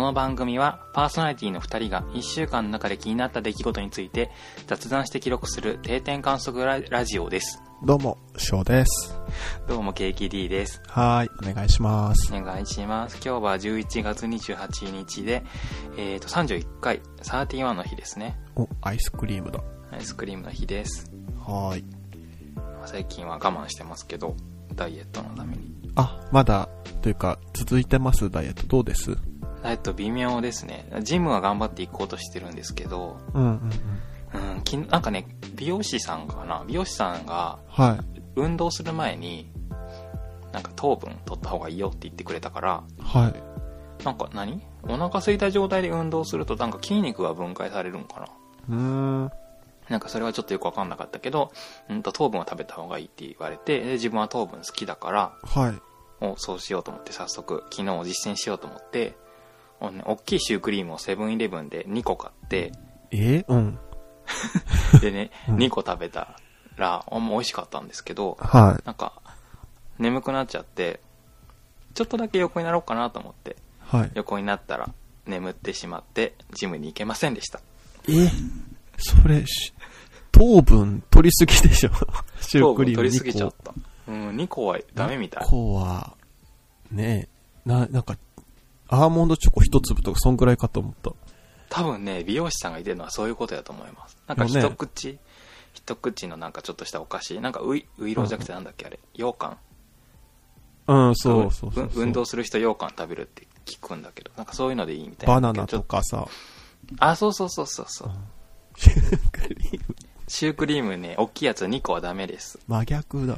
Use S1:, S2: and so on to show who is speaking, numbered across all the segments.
S1: の番組はパーソナリティの2人が1週間の中で気になった出来事について雑談して記録する定点観測ララジオです。
S2: どうも、翔です。
S1: どうも KKD です。
S2: はーい、お願いします。
S1: お願いします。今日は11月28日で、えっ、と、31回、31の日ですね。
S2: お、アイスクリームだ。
S1: アイスクリームの日です。
S2: はーい。
S1: 最近は我慢してますけど、ダイエットのために。
S2: あ、まだ、というか、続いてます、ダイエット。どうです
S1: ダイエット微妙ですね。ジムは頑張っていこうとしてるんですけど、
S2: うんうんうん。
S1: うん、きなんかね、美容師さんかな美容師さんが
S2: はい。
S1: 運動する前に、なんか糖分取った方がいいよって言ってくれたから、
S2: はい。
S1: なんか何お腹空いた状態で運動するとなんか筋肉が分解されるんかな
S2: うーん。
S1: なんかそれはちょっとよくわかんなかったけど、うんと糖分を食べた方がいいって言われて、で自分は糖分好きだから、
S2: はい。
S1: おそうしようと思って早速、昨日実践しようと思って、おね、大きいシュークリームをセブンイレブンで2個買って、
S2: えうん。
S1: でね、
S2: うん
S1: 2個食べたら、おもう美味しかったんですけど、
S2: は
S1: なんか、眠くなっちゃって、ちょっとだけ横になろうかなと思って、
S2: い。はい。
S1: 横になったら眠ってしまって、ジムに行けませんでした。
S2: えそれし、糖分取りすぎでしょシュークリーム
S1: 糖分取り
S2: 2
S1: す
S2: 個。
S1: ぎちゃった。うん、2個はダメみたい
S2: 1。個は、ねえ、な、なんか、アーモンドチョコ1粒とか、そんぐらいかと思った。
S1: 多分ね美容師さんが言ってるのはそういうことだと思いますなんか
S2: もうね
S1: 一口、一口のなんかちょっとしたお菓子なんかウイウイローじゃなくてなんだっけあれ羊羹
S2: うん、そうそうそうそう。
S1: ん運動する人羊羹食べるって聞くんだけどなんかそういうのでいいみたいな
S2: バナナ
S1: ちょ
S2: と
S1: っと
S2: かさ、
S1: あそうそうそうそうそう
S2: シュークリーム。
S1: シュークリームね大きいやつ2個はダメです
S2: 真逆だ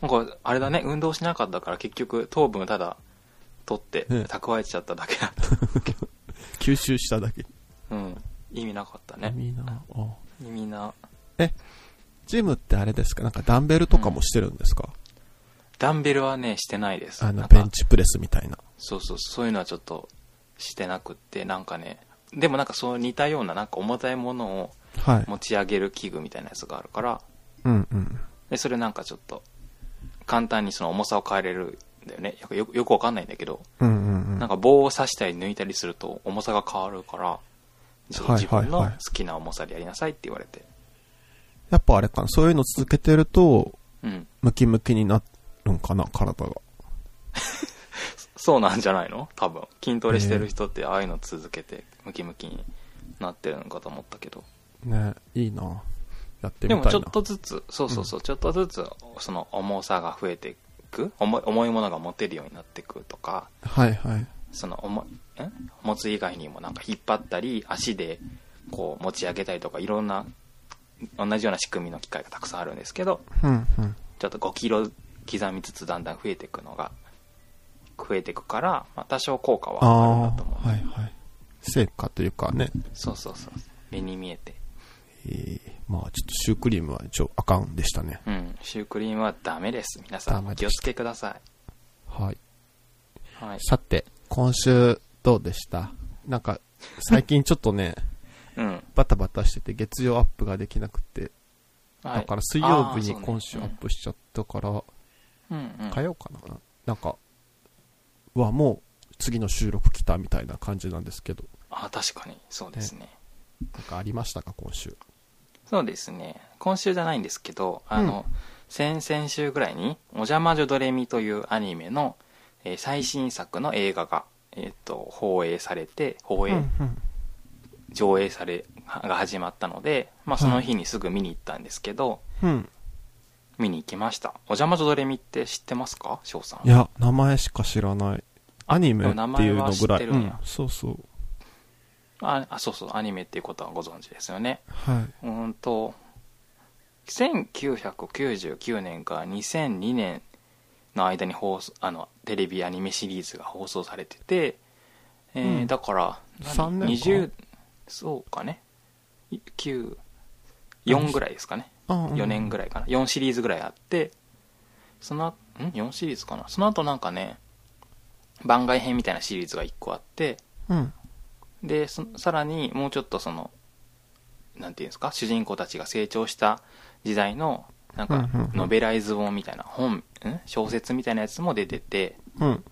S2: も
S1: なんかあれだね運動しなかったから結局糖分ただ取って
S2: ね
S1: 蓄えちゃっただけだ、
S2: 吸収しただけ。
S1: うん意味なかったね
S2: みんな。あ
S1: 意味な
S2: ジムってあれですかなんかダンベルとかもしてるんですか、
S1: ダンベルはねしてないです
S2: あ
S1: な
S2: の、
S1: んか
S2: ベンチプレスみたいな。
S1: そうそうそういうのはちょっとしてなくってなんかねでもなんかそう似たようななんか重たいものを
S2: はい。
S1: 持ち上げる器具みたいなやつがあるから
S2: うんうん。
S1: でそれなんかちょっと簡単にその重さを変えれるんだよねよくよくよくわかんないんだけど
S2: うんうん
S1: な
S2: う
S1: ん
S2: ん。
S1: か棒を刺したり抜いたりすると重さが変わるからそう
S2: はい
S1: 自分
S2: は
S1: の
S2: いはい
S1: 好きな重さでやりなさいって言われて
S2: やっぱあれかなそういうの続けてると、
S1: うん
S2: ムキムキになるんかな体が。
S1: そうなんじゃないの多分筋トレしてる人ってああいうの続けてムキムキになってるのかと思ったけど
S2: ねいいなやって
S1: で
S2: みたい
S1: も
S2: な。
S1: ちょっとずつそうそうそう、ちょっとずつその重さが増えていく重い重いものが持てるようになっていくとか
S2: はいはい。
S1: その重いん持つ以外にもなんか引っ張ったり足でこう持ち上げたりとかいろんな同じような仕組みの機械がたくさんあるんですけど
S2: うんうん。
S1: ちょっと5キロ刻みつつだんだん増えていくのが増えていくから、まあ、多少効果はあるんだ
S2: あ
S1: と思う、
S2: あ、はいはい。成果というかね。
S1: そうそうそう目に見えて
S2: えー、まあちょっとシュークリームは一応あかんでしたね。
S1: うんシュークリームはダメです皆さ
S2: ダ
S1: ん
S2: メ
S1: お
S2: でした
S1: 気をつけくださ
S2: はい。
S1: い、はい、
S2: さて、今週どうでしたなんか、最近ちょっ とね、
S1: うん
S2: バタバタしてて月曜アップができなくて、
S1: はい
S2: だから水曜日に今週
S1: あ
S2: ア
S1: ーそうね
S2: ップしちゃったから、
S1: うんうん
S2: 変えようかな。なんか、はもう次の収録来たみたいな感じなんですけど、
S1: あ確かにそうですね
S2: なんかありましたか今週。
S1: そうですね今週じゃないんですけどあの、先々週ぐらいに「おじゃ魔女ドレミ」というアニメの、えー最新作の映画が、えー、と放映されて放映、上映されが始まったので、まあ、その日にすぐ見に行ったんですけど、
S2: うん。
S1: 見に行きました「おじゃ魔女ドレミ」って知ってますか翔さん
S2: いや、名前しか知らない。アニメっていうのぐらい。
S1: でも名
S2: う
S1: 前は知ってるん
S2: ん
S1: や、
S2: そうそう。
S1: ああそうそうアニメっていうことはご存知ですよね
S2: は
S1: うーんと1999年から2002年の間に放送あのテレビアニメシリーズが放送されてて、えー
S2: うん
S1: だから何
S2: 三年か
S1: 20そうかね94ぐらいですかね
S2: い。
S1: 4年ぐ
S2: ら
S1: らい
S2: い。
S1: かな4シリーズぐらいあってそのん4シリーズかなその後なんかね番外編みたいなシリーズが1個あって
S2: うん。
S1: でそさらにもうちょっとそのなんていうんですか主人公たちが成長した時代のなんか
S2: うんうんうん
S1: ノベライズ本みたいな本ん小説みたいなやつも出てて、
S2: うん。
S1: うん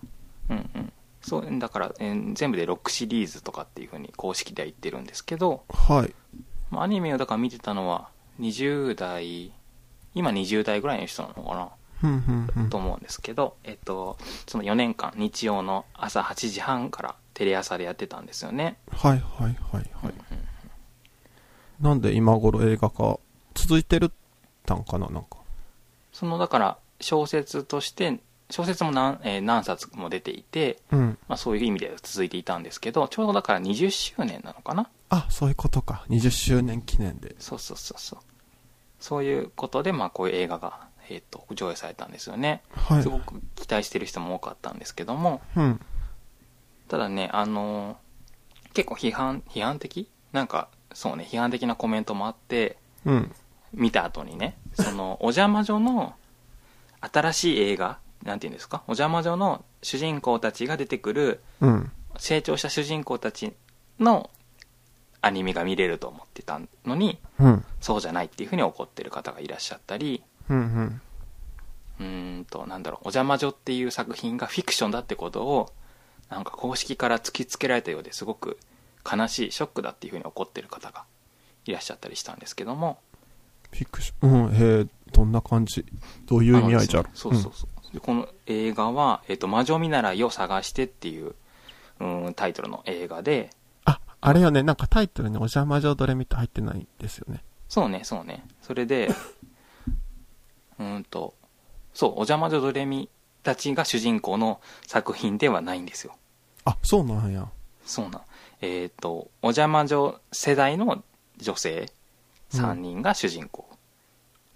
S1: うん、そうだから、えー全部で6シリーズとかっていうふうに公式では言ってるんですけど、
S2: はい。
S1: まあアニメをだから見てたのは20代今20代ぐらいの人なのかな、
S2: ふんふんふん
S1: と思うんですけど、えっと、その4年間日曜の朝8時半からテレ朝でやってたんですよね、
S2: はいはいはいはい。
S1: うんうん
S2: なんで今頃映画化続いてるたんかななんか。
S1: そのだから小説として小説も何,、えー何冊も出ていて、
S2: うん。
S1: まあ、そういう意味では続いていたんですけどちょうどだから20周年なのかな
S2: あ、そういうことか。20周年記念で。
S1: そうそうそうそうそういうことで、まあ、こういう映画が、えっと上映されたんですよね
S2: はい
S1: す。ごく期待してる人も多かったんですけども
S2: うん。
S1: ただねあのー結構批判批判的なんかそうね批判的なコメントもあって
S2: うん。
S1: 見た後にねそのお邪魔女の新しい映画なんて言うんですかお邪魔女の主人公たちが出てくる
S2: うん。
S1: 成長した主人公たちのアニメが見れると思ってたのに
S2: うん。
S1: そうじゃないっていうふうに怒ってる方がいらっしゃったり
S2: うん。うん。
S1: うーんとなんだろう「お邪魔女」っていう作品がフィクションだってことをなんか公式から突きつけられたようですごく悲しいショックだっていうふうに怒ってる方がいらっしゃったりしたんですけども
S2: フィクション。うん。へえ、どんな感じどういう意味合いじゃろ
S1: あのそうそうそう、でこの映画は「えっと魔女見習いを探して」っていううんタイトルの映画で
S2: あ、あれよね、なんかタイトルにお邪魔女どれみって入ってないんですよね。
S1: そうねそうねそれで うーんとそう「お邪魔女ドレミ」たちが主人公の作品ではないんですよ
S2: あ、そうなんや。
S1: そうなんえっ、とお邪魔女世代の女性3人が主人公、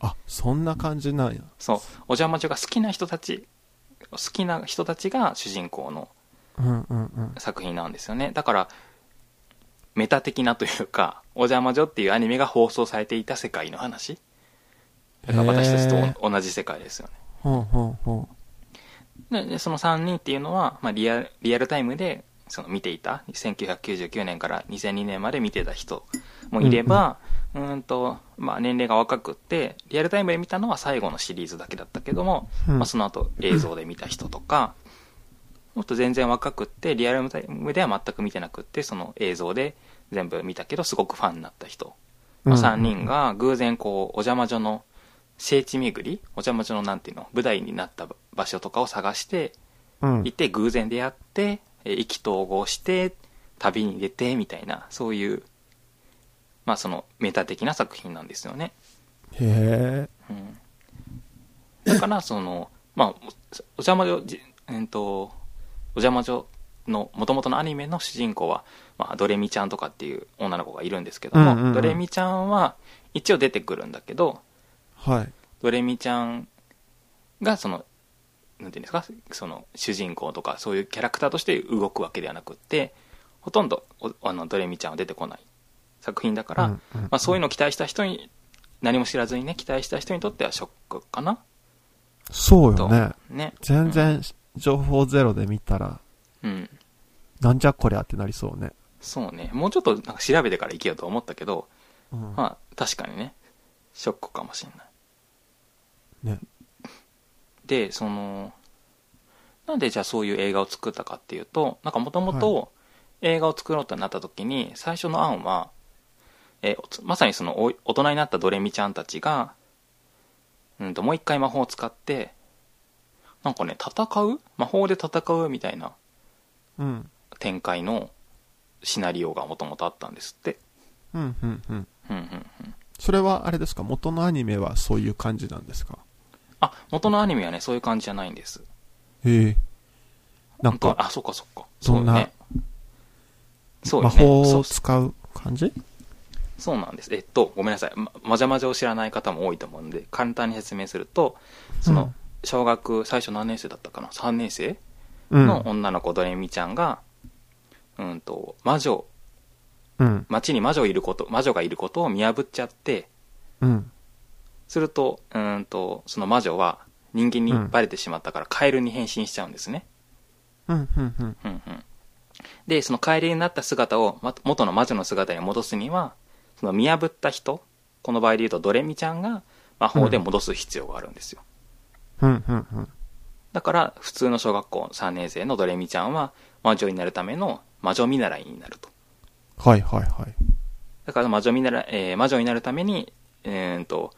S2: あ、そんな感じなんや。
S1: そうお邪魔女が好きな人たち好きな人たちが主人公の
S2: うんうんうん。
S1: 作品なんですよねだからメタ的なというか「お邪魔女」っていうアニメが放送されていた世界の話だから私たち
S2: へー
S1: と同じ世界ですよね
S2: ほうほうほ
S1: ででその3人っていうのは、まあ、リアリアルタイムでその見ていた1999年から2002年まで見てた人もいれば、うーんとまあ、年齢が若くってリアルタイムで見たのは最後のシリーズだけだったけども、
S2: う。うん
S1: まあ、その後映像で見た人とかもっと全然若くってリアルタイムでは全く見てなくってその映像で全部見たけどすごくファンになった人の3人。が偶然こうお邪魔女の聖地巡りお邪魔女のなんていうの舞台になった場所とかを探して
S2: うん。
S1: 行って偶然出会ってえー意気投合して旅に出てみたいなそういうまあそのメタ的な作品なんですよね、
S2: へ
S1: う
S2: え。
S1: ん、だからそのまあおお邪魔女じえーっとお邪魔女の元々のアニメの主人公は、まあ、ドレミちゃんとかっていう女の子がいるんですけども、
S2: うんうんうん
S1: ドレミちゃんは一応出てくるんだけど
S2: はい。
S1: ドレミちゃんがそのなんていうんですかその主人公とかそういうキャラクターとして動くわけではなくってほとんどおあのドレミちゃんは出てこない作品だから、
S2: うん
S1: ま
S2: うん
S1: あ、そういうのを期待した人に何も知らずにね期待した人にとってはショックかな
S2: そう
S1: と
S2: よね。
S1: ね
S2: 全然、情報ゼロで見たら、
S1: うん
S2: なんじゃこりゃってなりそうね。
S1: そうねもうちょっとなんか調べてから行けようと思ったけど
S2: うん。
S1: まあ確かにねショックかもしれない
S2: ね。
S1: でそのなんでじゃあそういう映画を作ったかっていうとなんかもともと映画を作ろうとなった時に最初の案は、えーおつまさにそのお大人になったドレミちゃんたちが、うん、ともう一回魔法を使ってなんかね戦う魔法で戦うみたいな
S2: うん。
S1: 展開のシナリオがもともとあったんですって
S2: うん、うん、う
S1: う
S2: ん。
S1: んうんうん
S2: それは、あれですか元のアニメはそういう感じなんですか
S1: あ元のアニメはねそういう感じじゃないんです
S2: へえ。なん
S1: 本当
S2: か、
S1: あそっかそっか
S2: そんな
S1: うねそう
S2: 魔
S1: よね
S2: 法
S1: そ
S2: を
S1: う
S2: 使う感じ
S1: そうなんです。えっと、ごめんなさい。ま、まじゃまじゃを知らない方も多いと思うので、簡単に説明すると、その、
S2: うん
S1: 小学、最初何年生だったかな ?3 年生
S2: うん。
S1: の女の子、ドレミちゃんが、うんと、魔女、
S2: うん。
S1: 街に魔女いること、魔女がいることを見破っちゃって、
S2: うん。
S1: すると、うんと、その魔女は人間にバレてしまったから、カエルに変身しちゃうんですね。
S2: うん、うん、うん。
S1: うんうん。で、そのカエルになった姿を、ま元の魔女の姿に戻すには、その見破った人、この場合で言うとドレミちゃんが魔法で戻す必要があるんですよ。
S2: うん、うん、うん。
S1: だから普通の小学校3年生のドレミちゃんは魔女になるための魔女見習いになると
S2: はいはいはい。
S1: だから魔女見習い、えー魔女になるためにえーんと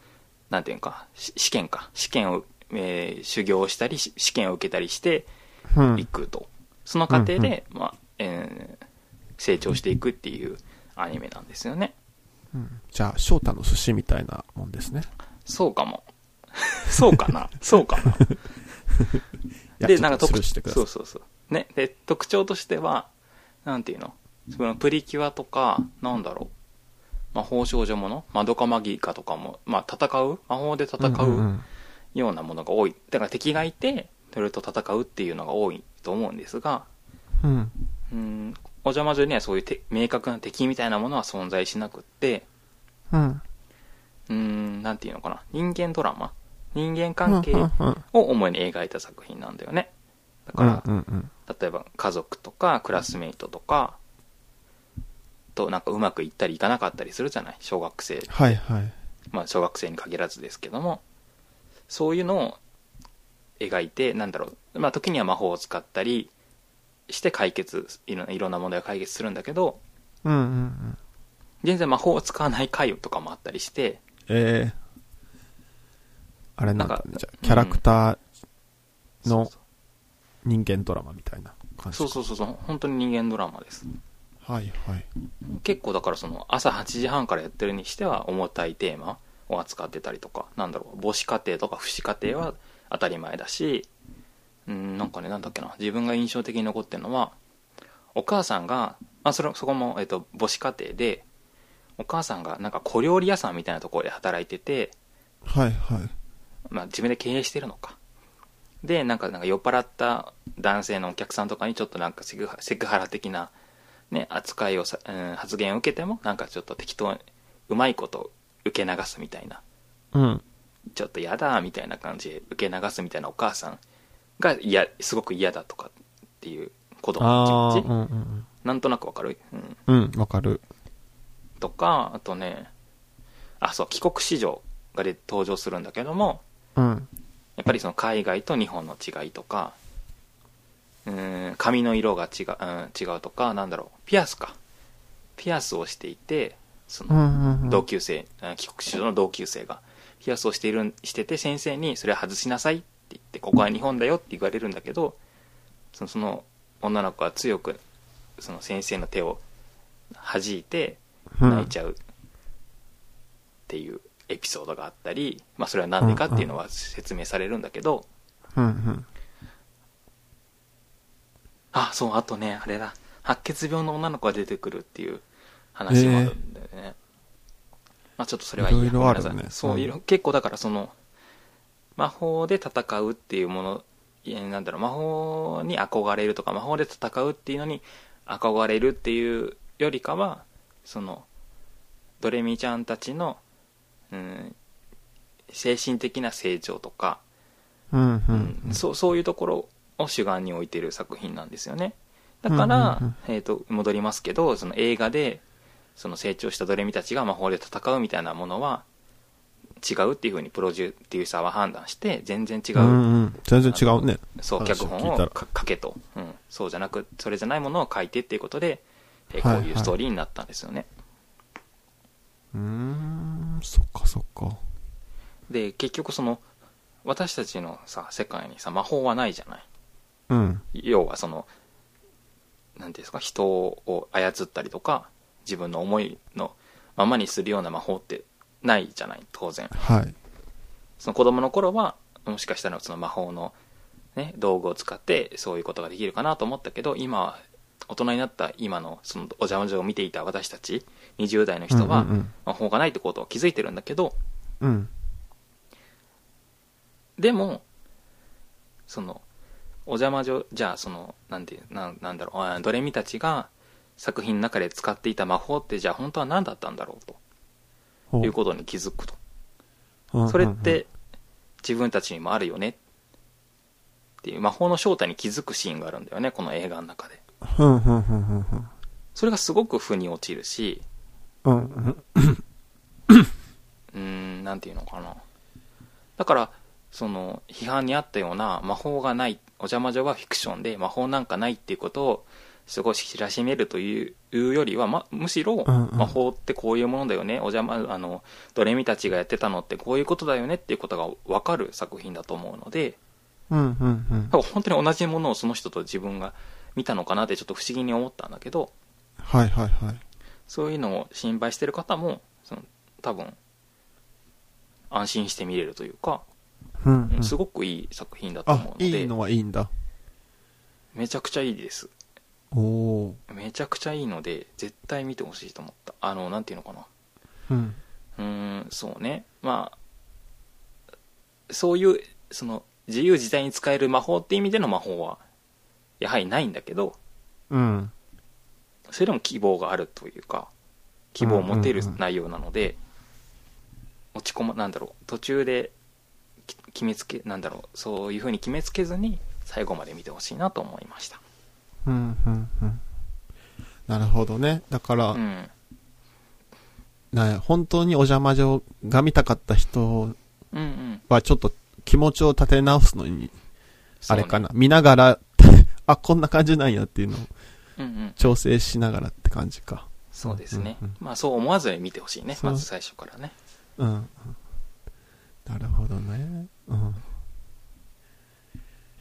S1: なんていうんかし試験か試験を、えー修行をしたりし試験を受けたりして
S2: うん。
S1: いくと、その過程で、まあえー成長していくっていうアニメなんですよね
S2: うんじゃあ、翔太の寿司みたいなもんですね。
S1: そうかも そうかなそうかない
S2: や
S1: で、
S2: ちょ
S1: なん
S2: っ
S1: か
S2: とス
S1: 特
S2: ルーしてくださ
S1: そ。
S2: いう
S1: そうそう。ね。で、特徴としては、なんていうのそのプリキュアとか、なんだろう。魔法少女ものマドカマギカとかも、まあ戦う魔法で戦
S2: んん
S1: ううんようなものが多い。だから敵がいて、それと戦うっていうのが多いと思うんですが、
S2: うん。
S1: うん、お邪魔女にはそういうて明確な敵みたいなものは存在しなくって、
S2: うん。
S1: うん、なんていうのかな。人間ドラマ人間関係
S2: うん
S1: を主に描いた作品なんだよね。だから、
S2: うんうん
S1: 例えば家族とかクラスメイトとかとなんかうまくいったりいかなかったりするじゃない小学生
S2: はいはい。
S1: まあ小学生に限らずですけどもそういうのを描いてなんだろうまあ時には魔法を使ったりして解決いろんないろんな問題を解決するんだけど
S2: うんうんうん。
S1: 全然魔法を使わない回とかもあったりして
S2: えー、あれなんだ
S1: なん
S2: ね。
S1: か
S2: じゃあ、キャラクター
S1: そう
S2: の人間ドラマみたいな感じ。
S1: そうそうそうそう本当に人間ドラマです
S2: はいはい。
S1: 結構だからその朝8時半からやってるにしては重たいテーマを扱ってたりとかなんだろう母子家庭とか父子家庭は当たり前だしうんなんかねなんだっけな自分が印象的に残ってるのはお母さんが、まあ、それそこも、えっと、母子家庭でお母さんがなんか小料理屋さんみたいなところで働いてて、
S2: はいはい。
S1: まあ、自分で経営してるのかでなんかなんか酔っ払った男性のお客さんとかにちょっとなんかセクハセクハラ的な、ね、扱いをさ、うん、発言を受けてもなんかちょっと適当にうまいこと受け流すみたいな
S2: うん。
S1: ちょっと嫌だみたいな感じで受け流すみたいなお母さんがいやすごく嫌だとかっていう子供の
S2: あ
S1: 気
S2: あ、
S1: 持
S2: う
S1: ち、
S2: んうん
S1: なんとなくわかる、うん、
S2: うん。うん、わかる。
S1: とかあとねあそう帰国子女がで登場するんだけども
S2: うん。
S1: やっぱりその海外と日本の違いとか、うーん、髪の色が違う、うん、違うとか、なんだろう、ピアスか。ピアスをしていて、そうの、
S2: んうんうん。
S1: 同級生、あ帰国子女の同級生が、ピアスをしているん、してて、先生に、それは外しなさいって言って、ここは日本だよって言われるんだけど、その、その女の子は強く、その先生の手を弾いて、泣いちゃうっていうエピソードがあったり、まあそれは何でかっていうのは説明されるんだけど、
S2: うんうん。
S1: あ、そう、あとね、あれだ。白血病の女の子が出てくるっていう話もあるんだよね。まあちょっとそれはいいや
S2: いろいろあるね
S1: ごめんなさいそうう、
S2: ん
S1: いろ結構だからその、魔法で戦うっていうもの、いやなんだろう、魔法に憧れるとか、魔法で戦うっていうのに憧れるっていうよりかは、その、ドレミちゃんたちの、うん、精神的な成長とか、
S2: うんう
S1: うん
S2: ん。
S1: そうそういうところを主眼に置いてる作品なんですよねだから、
S2: うんうん
S1: えー、と戻りますけどその映画でその成長したドレミたちが魔法で戦うみたいなものは違うっていうふうにプロデューサーは判断して全然違う、
S2: うんうん。全然違うね。
S1: そう
S2: 話
S1: 脚
S2: を聞いたら
S1: 本をか書けと、うん、そうじゃなくそれじゃないものを書いてっていうことで、えー
S2: はい
S1: こうい
S2: は
S1: う
S2: い
S1: ストーリーになったんですよね、
S2: うーん、そっかそっか。
S1: で結局その私たちのさ世界にさ魔法はないじゃない
S2: うん。
S1: 要はその何ていうんですか人を操ったりとか自分の思いのままにするような魔法ってないじゃない当然
S2: はい。
S1: その子供の頃はもしかしたらその魔法の、ね、道具を使ってそういうことができるかなと思ったけど今は大人になった今のそのお邪魔女を見ていた私たち20代の人は
S2: うんうんうん
S1: 魔法がないってことを気づいてるんだけど、
S2: うん。
S1: でもそのお邪魔女じゃあそのなんていうなんなんだろうあードレミたちが作品の中で使っていた魔法ってじゃあ本当は何だったんだろうということに気づくと
S2: と
S1: それって、自分たちにもあるよねっていう魔法の正体に気づくシーンがあるんだよねこの映画の中で
S2: うんうんうんうんうん
S1: それがすごく腑に落ちるし
S2: うんうん
S1: うーんなんていうのかなだからその批判にあったような魔法がないお邪魔女はフィクションで魔法なんかないっていうことをすごい知らしめるというよりは、ま、むしろ
S2: うんうん
S1: 魔法ってこういうものだよね、お邪魔あのドレミたちがやってたのってこういうことだよねっていうことが分かる作品だと思うので
S2: うんうんうん
S1: 多分本当に同じものをその人と自分が見たのかなってちょっと不思議に思ったんだけど
S2: はいはいはい
S1: そういうのを心配してる方もその多分安心して見れるというか、
S2: うん
S1: うんす
S2: ごい
S1: ごくいい作品だと思
S2: あ
S1: うので
S2: いいのはいいんだ
S1: めちゃくちゃいいです
S2: おお
S1: めちゃくちゃいいので絶対見てほしいと思ったあのなんていうのかな
S2: ーうん
S1: うーんそうねまあそういうその自由自在に使える魔法って意味での魔法はやはりないんだけど
S2: うん
S1: それでも希望があるというか希望を持てる
S2: うんうんうん
S1: 内容なので、落ち込まなんだろう途中でき決めつけなんだろうそういうふうに決めつけずに最後まで見てほしいなと思いました
S2: うんうんうんなるほどねだから、
S1: うん
S2: な本当にお邪魔状が見たかった人
S1: うんうん
S2: はちょっと気持ちを立て直すのにあれか
S1: な
S2: な、見ながら あこんな感じなんやっていうのを
S1: うんうん
S2: 調整しながらって感じか
S1: そうですね、
S2: うんうん
S1: まあそう思わずに見てほしいね
S2: そう
S1: まず最初からね
S2: うんうんなるほどねうん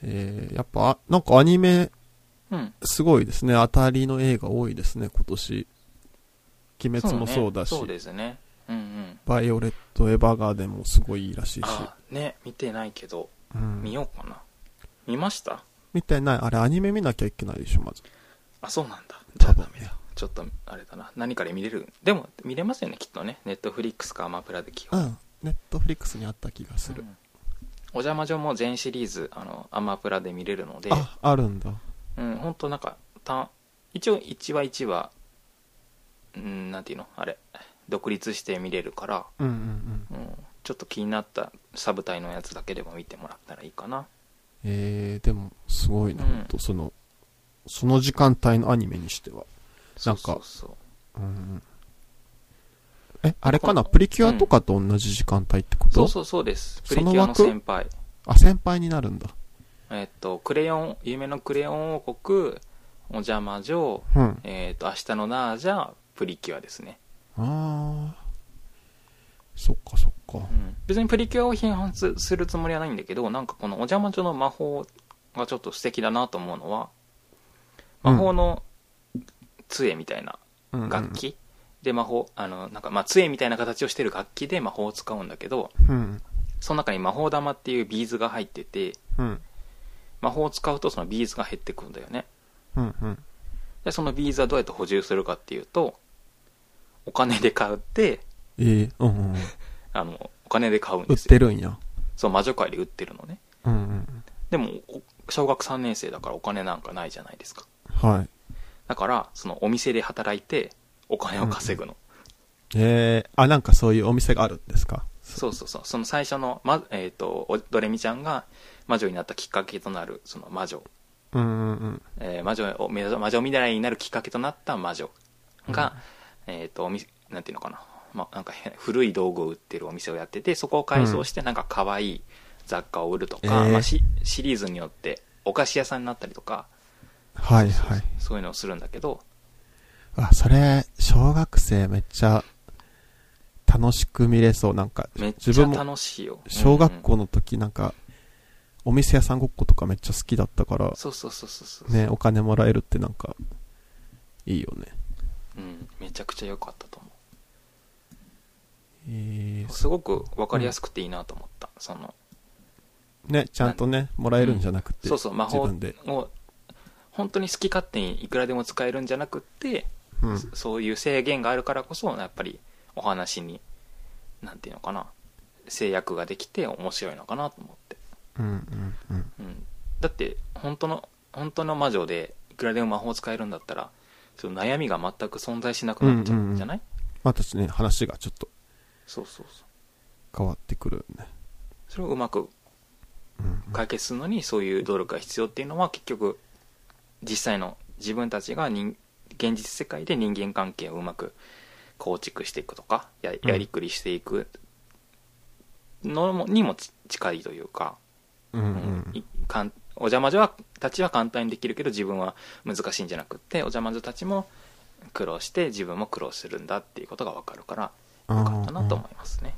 S2: えー、やっぱあなんかアニメ
S1: うん
S2: すごいですね当たりの映画多いですね今年鬼滅もそうだし
S1: ねそうですねうんうん
S2: バイオレット・エヴァーガーデンもすごいいいらしいし、
S1: ああね見てないけど
S2: うん、
S1: 見ようかな見ました
S2: みたいないあれアニメ見なきゃいけないでしょまず
S1: あそうなんだじゃ
S2: 多
S1: あ
S2: 分
S1: ダメだちょっとあれだな何かで見れるでも見れますよねきっとねネットフリックスかアマプラで基
S2: う
S1: 本
S2: んネットフリックスにあった気がする、
S1: うんお邪魔女も全シリーズあのアマプラで見れるので
S2: ああるんだ
S1: うん本当なんかた一応1話1話うんなんていうのあれ独立して見れるから、
S2: うんうんうん
S1: うん、ちょっと気になったサブ隊のやつだけでも見てもらったらいいかな
S2: えー、でもすごいな、
S1: うん
S2: ほんとそのその時間帯のアニメにしては
S1: そうそうそう
S2: うんうんえあれかなプリキュアとかと同じ時間帯ってこと、
S1: そうそうそうです。プ
S2: そ
S1: リ
S2: の
S1: キュアの
S2: 枠
S1: 先輩。
S2: あ先輩になるんだ
S1: えっと、クレヨン、夢のクレヨン王国、お邪魔女、
S2: うん
S1: えっと、明日のナージャ、プリキュアですね。
S2: ああそっかそっ
S1: う
S2: か
S1: ん。別にプリキュアを批判すするつもりはないんだけど、なんかこのお邪魔女の魔法がちょっと素敵だなと思うのは、
S2: うん
S1: 魔法の杖みたいな
S2: うんうん
S1: 楽器、で魔法、あの、なんかまあ杖みたいな形をしてる楽器で魔法を使うんだけど、
S2: うん
S1: その中に魔法玉っていうビーズが入ってて、
S2: うん
S1: 魔法を使うとそのビーズが減ってくんだよね。
S2: うんうん
S1: でそのビーズはどうやって補充するかっていうとお金で買って
S2: えー、う んうんうん
S1: あのお金で買うん
S2: 売
S1: で
S2: っ
S1: すよ
S2: てるんや
S1: そう魔女界で売ってるのね
S2: うんうん
S1: でもお小学3年生だからお金なんかないじゃないですか
S2: はい
S1: だからそのお店で働いてお金を稼ぐの、
S2: えー、あなんかそういうお店があるんですか
S1: そうそうそうその最初の、まえー、とおドレミちゃんが魔女になったきっかけとなるその魔女、
S2: うんうんうん
S1: えー魔女を魔女みたいになるきっかけとなった魔女が、えっ、とお店なんていうのかな,、まあ、なんか変古い道具を売ってるお店をやっててそこを改装してなんか可愛い雑貨を売るとか、
S2: えー
S1: まあ、シシリーズによってお菓子屋さんになったりとか
S2: はいはい
S1: そういうのをするんだけど
S2: あ、それ、小学生めっちゃ楽しく見れそう。なんか、
S1: めっ
S2: 自
S1: ちゃ
S2: 分も
S1: 楽しいよ
S2: 小学
S1: うん
S2: 校の時なんか、お店屋さんごっことかめっちゃ好きだったから
S1: うん、そうそうそうそうそう、
S2: ね、お金もらえるってなんか、いいよね。
S1: うん、めちゃくちゃ良かったと思
S2: え
S1: うすごく分かりやすくていいなと思った、その
S2: ー、ね、ちゃんとね、もらえるんじゃなくて、
S1: そうそう魔法
S2: 自分で。
S1: を本当に好き勝手にいくらでも使えるんじゃなくって
S2: うん。
S1: そそういう制限があるからこそやっぱりお話になんていうのかな制約ができて面白いのかなと思って、
S2: うんうんうん。
S1: うん、だって本当の本当の魔女でいくらでも魔法使えるんだったらその悩みが全く存在しなくなっちゃ
S2: うんうんう
S1: うんじゃない、
S2: またね、話がちょっと
S1: そうそうそう
S2: 変わってくるね。
S1: それをうまく
S2: うんうん。
S1: 解決するのにそういう努力が必要っていうのは結局実際の自分たちが人現実世界で人間関係をうまく構築していくとかややりくりしていくのもにもつ近いというか、
S2: うんう
S1: い
S2: ん。
S1: かんお邪魔女はたちは簡単にできるけど自分は難しいんじゃなくってお邪魔女たちも苦労して自分も苦労するんだっていうことが分かるからよかったなと思いますね、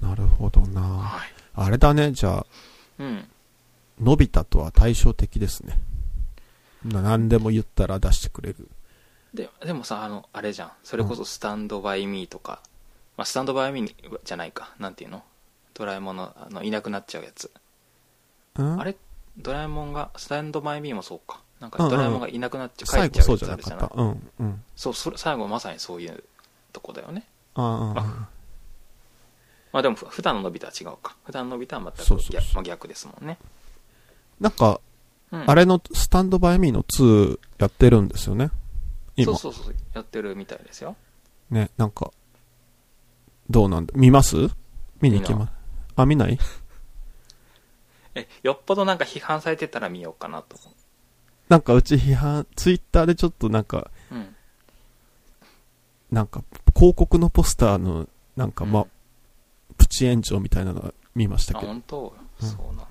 S2: なるほどな
S1: はい
S2: あれだね、じゃあ、
S1: うん、
S2: のび太とは対照的ですね。な何でも言ったら出してくれる。
S1: ででもさあのあれじゃんそれこそ「スタンド・バイ・ミー」とか、まあ、スタンド・バイ・ミーじゃないかなんていうのドラえもんのあのいなくなっちゃうやつ
S2: うん
S1: あれドラえもんがスタンド・バイ・ミーもそうかなん
S2: うん
S1: か
S2: うんう
S1: ド
S2: ん
S1: ラえもんがいなくなっちゃう帰
S2: 最
S1: っ
S2: 後
S1: ちゃ
S2: そうう
S1: や
S2: じ
S1: つ
S2: ゃ
S1: あ
S2: な
S1: るじ
S2: か
S1: ゃ
S2: っ
S1: ない
S2: た。うん、うん。
S1: そうそれ最後まさにそういうとこだよね
S2: ああ
S1: あまあでもふ普段ののび太は違うか普段ののび太は全く逆
S2: そうそうそう
S1: まあ逆ですもんね、
S2: なんか、
S1: うん
S2: あれの、スタンドバイミーの2やってるんですよね。今。
S1: そうそうそうやってるみたいですよ
S2: ね、なんか、どうなんだ。見ます見に行きます。あ、見ない
S1: えよっぽどなんか批判されてたら見ようかなと思
S2: なんかうち批判、ツイッターでちょっとなんか、
S1: ううん
S2: なんか、広告のポスターの、なんか、ま、
S1: うん
S2: プチ炎上みたいなのは見ました
S1: あ
S2: けど、
S1: 本当、
S2: うん
S1: そうなんだ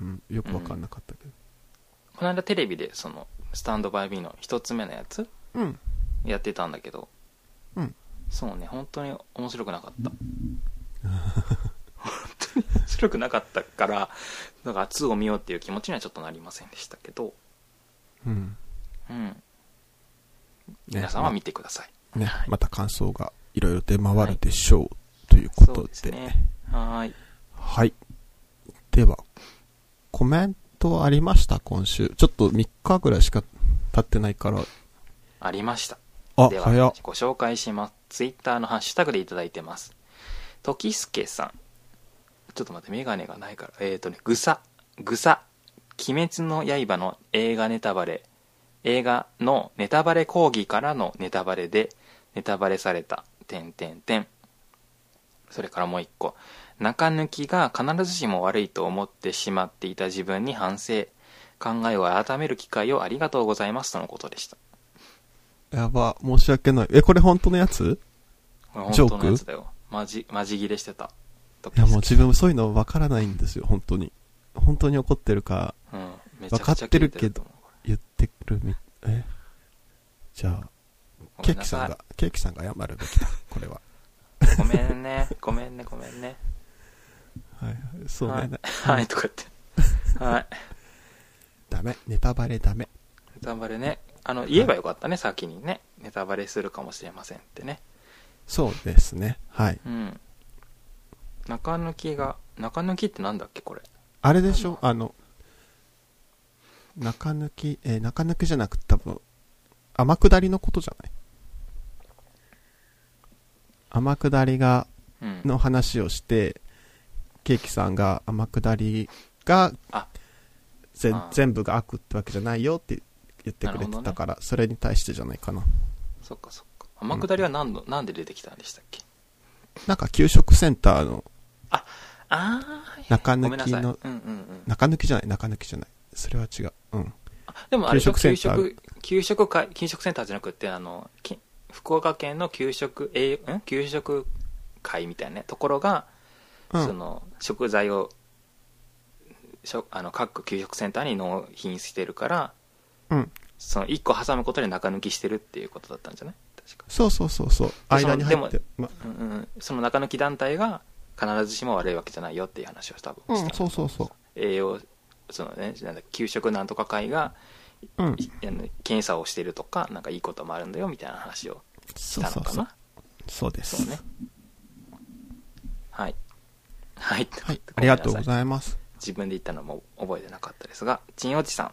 S2: うん、よくわかんなかったけど。
S1: この間テレビでそのスタンドバイビーの一つ目のやつ
S2: うん。
S1: やってたんだけど
S2: うん
S1: そうね本当に面白くな かった本当に面白くなかったからだから2を見ようっていう気持ちにはちょっとなりませんでしたけど
S2: うん。
S1: うん皆さんは見てください、
S2: ね
S1: は、い
S2: また感想がいろいろ出回るでしょう、というこ
S1: そう
S2: と
S1: です
S2: で。
S1: ねはーい
S2: はい。では、コメントありました今週。ちょっと3日ぐらいしか経ってないから。
S1: ありました
S2: あ、
S1: で
S2: 早っ
S1: は。ご紹介しますツイッターのハッシュタグでいただいてます時助さんちょっと待ってメガネがないからえっ、ー、とねぐさぐさ鬼滅の刃の映画ネタバレ映画のネタバレ講義からのネタバレでネタバレされた点点点それからもう一個中抜きが必ずしも悪いと思ってしまっていた自分に反省考えを改める機会をありがとうございますとのことでした
S2: やば、申し訳ない。え、これ本当のやつ
S1: これ本
S2: ジョーク
S1: 当のやつだよマジマジ切れしてた
S2: いやもう自分もそういうのわからないんですよ、本当に。本当に怒ってるか
S1: うん、めちゃ
S2: わか
S1: く
S2: っ
S1: ちゃ切
S2: て
S1: れ
S2: る
S1: て
S2: け
S1: ると
S2: ど
S1: 思うこ
S2: 言ってくるみ、えじゃあ、
S1: れ
S2: ケーキさんが、ケーキさんが謝るべきだ、これは。
S1: ごめんなさいごめんねごめんねごめんね
S2: はいはい、そうね。
S1: はい
S2: な
S1: はいとかってはい
S2: ダメ、ネタバレダメ。
S1: ネタバレねあの言えばよかったね、先にねネタバレするかもしれませんってね
S2: そうですね。はい。
S1: うん中抜きが中抜きってなんだっけこれ
S2: あれでしょあの、中抜き、えー中抜きじゃなくて多分、天下りのことじゃない天下りが、
S1: うん
S2: の話をして、ケーキさんが天下りが
S1: あ
S2: 全
S1: あー
S2: 全部が悪ってわけじゃないよって言ってく
S1: なる
S2: れて
S1: ほど
S2: た
S1: ね
S2: から、それに対してじゃないかな。
S1: そっかそっか天下りは何の、なんで出てきたんでしたっけ
S2: なんか給食センターの
S1: ああ
S2: 中
S1: ごめんな
S2: 抜き
S1: さいうん
S2: の、
S1: うんうん
S2: 中抜きじゃない、中抜きじゃない。それは違う。うん。
S1: あでもあれ
S2: 給食
S1: 給
S2: センター
S1: 食給食会給食センターじゃなくてあのき福岡県の給食えーん給食会みたいなねところが、
S2: うん。
S1: その食材をしょあの各給食センターに納品してるから
S2: うん。
S1: その1個挟むことで中抜きしてるっていうことだったんじゃない確か、
S2: そうそうそうそう。間に入っ
S1: で
S2: て。ま
S1: うんうん、その中抜き団体が必ずしも悪いわけじゃないよっていう話を多
S2: う
S1: 分し
S2: ん、
S1: た、
S2: そうそうそ
S1: 栄養そのねなんだ給食なんとか会が
S2: う。うん。
S1: いあの検査をしてるとかなんかいいこともあるんだよみたいな話をし
S2: そう
S1: たの
S2: そう
S1: か
S2: そう
S1: な。
S2: そうで
S1: そ
S2: す。
S1: うねはいはい、
S2: はい。ありがとうご
S1: す
S2: ざいます。
S1: 自分で言ったのも覚えてなかったですがちんおちさん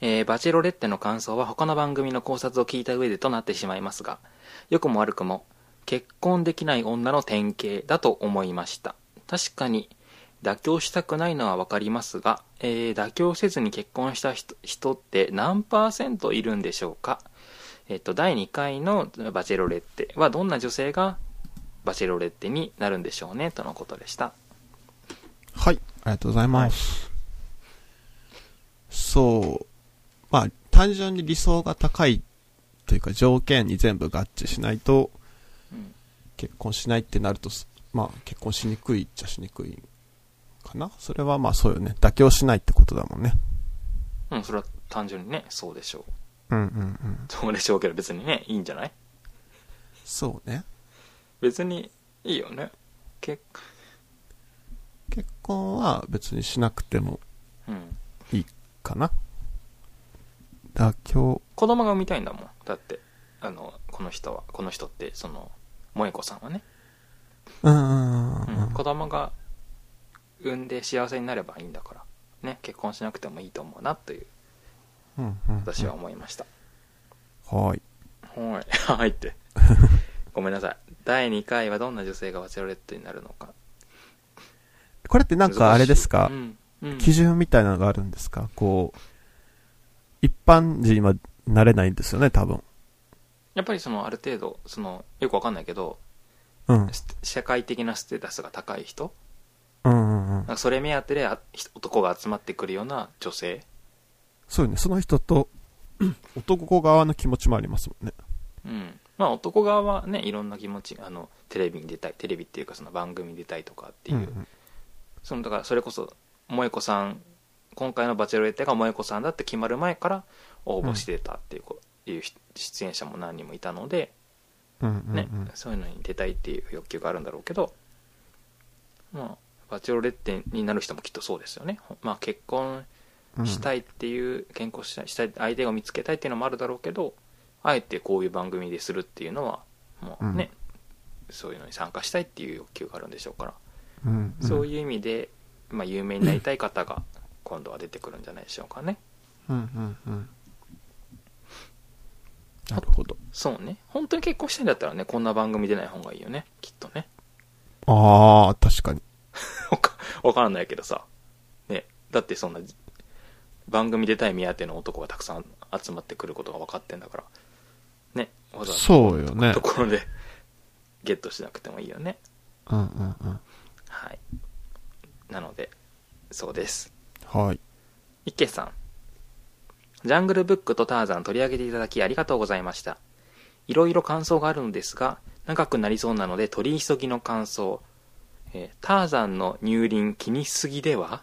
S1: えーバチェロレッテの感想は他の番組の考察を聞いた上でとなってしまいますが良くも悪くも結婚できない女の典型だと思いました確かに妥協したくないのは分かりますが、えー妥協せずに結婚した人人って何パーセントいるんでしょうかえっと第2回のバチェロレッテはどんな女性がバチェロレッテになるんでしょうねとのことでした
S2: はい。ありがとうございます。そう。まあ、単純に理想が高いというか条件に全部合致しないと
S1: うん
S2: 結婚しないってなるとすまあ結婚しにくいっちゃしにくいかなそれはまあそうよね。妥協しないってことだもんね。
S1: うん、それは単純にね、そうでしょう。
S2: うんうんうん。
S1: そうでしょうけど別にね、いいんじゃない
S2: そうね。
S1: 別にいいよね。結構、
S2: 結婚は別にしなくても
S1: うん。
S2: いいかな。妥協、
S1: 子供が産みたいんだもん。だって、あの、この人は、この人って、その、萌子さんはね、
S2: うんうんうんう
S1: うんん、子供が産んで幸せになればいいんだから、ね、結婚しなくてもいいと思うなという、
S2: うん。うんうん。
S1: 私は思いました。
S2: はーい。
S1: はい。 はい って。ごめんなさい。第2回はどんな女性がバチェロレットになるのか。
S2: これってなんかあれですか、
S1: うん。うん
S2: 基準みたいなのがあるんですかこう、一般人はなれないんですよね、多分。
S1: やっぱりその、ある程度、その、よくわかんないけど、
S2: うん。
S1: ステ社会的なステータスが高い人
S2: うんうんうん
S1: なん。かそれ目当てであひ男が集まってくるような女性
S2: そうよね、その人と、男側の気持ちもありますもんね。
S1: うんまあ男側はねいろんな気持ちあのテレビに出たいテレビっていうかその番組に出たいとかっていう、
S2: うんうん
S1: そのだからそれこそ萌子さん今回の「バチェロレッテ」が萌子さんだって決まる前から応募してたっていう,、こいうし出演者も何人もいたので、
S2: うんうんうん
S1: ねそういうのに出たいっていう欲求があるんだろうけどまあバチェロレッテになる人もきっとそうですよね、ほまあ、結婚
S2: うん
S1: したいっていう健康したいしたい相手を見つけたいっていうのもあるだろうけどあえてこういう番組でするっていうのはもうね、そういうのに参加したいっていう欲求があるんでしょうから、
S2: うんうん
S1: そういう意味で、まあ、有名になりたい方が今度は出てくるんじゃないでしょうかね
S2: うんうんうんなるほど。
S1: そうね本当に結婚したいんだったらねこんな番組出ない方がいいよねきっとね
S2: ああ、確かに。
S1: わかわからないけどさねだってそんな番組出たい目当ての男がたくさん集まってくることが分かってんだからねわざわざ
S2: そうよね
S1: と。ころでゲットしなくてもいいよね
S2: うんうんうん。
S1: はいなのでそうです
S2: はい。
S1: 池さんジャングルブックとターザン取り上げていただきありがとうございましたいろいろ感想があるのですが長くなりそうなので取り急ぎの感想、えーターザンの乳輪気にしすぎで は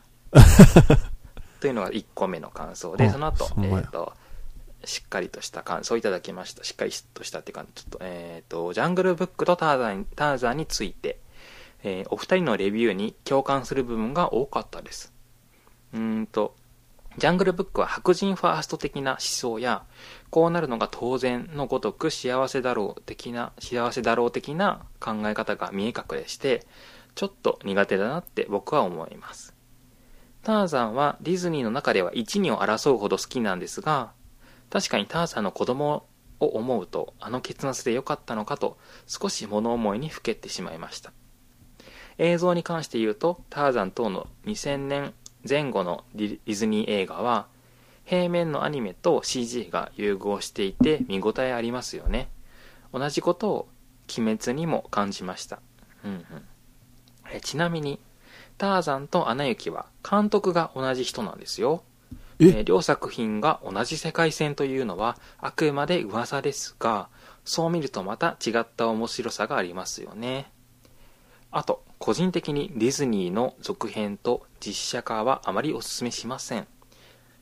S1: というのが1個目の感想で
S2: あ
S1: その後
S2: そう
S1: え
S2: なんや
S1: ーとしっかりとした感想をいただきましたしっかりとしたっていうかちょっと,、えー、とジャングルブックとターザンターザンについて、えーお二人のレビューに共感する部分が多かったですうーんとジャングルブックは白人ファースト的な思想やこうなるのが当然のごとく幸せだろう的な幸せだろう的な考え方が見え隠れしてちょっと苦手だなって僕は思いますターザンはディズニーの中では一二を争うほど好きなんですが確かにターザンの子供を思うとあの結末で良かったのかと少し物思いにふけてしまいました映像に関して言うとターザン等の2000年前後のディディズニー映画は平面のアニメと CG が融合していて見応えありますよね同じことを鬼滅にも感じました、うんうん、えちなみにターザンとアナ雪は監督が同じ人なんですよ
S2: え
S1: ー両作品が同じ世界線というのはあくまで噂ですがそう見るとまた違った面白さがありますよねあと個人的にディズニーの続編と実写化はあまりお勧めしません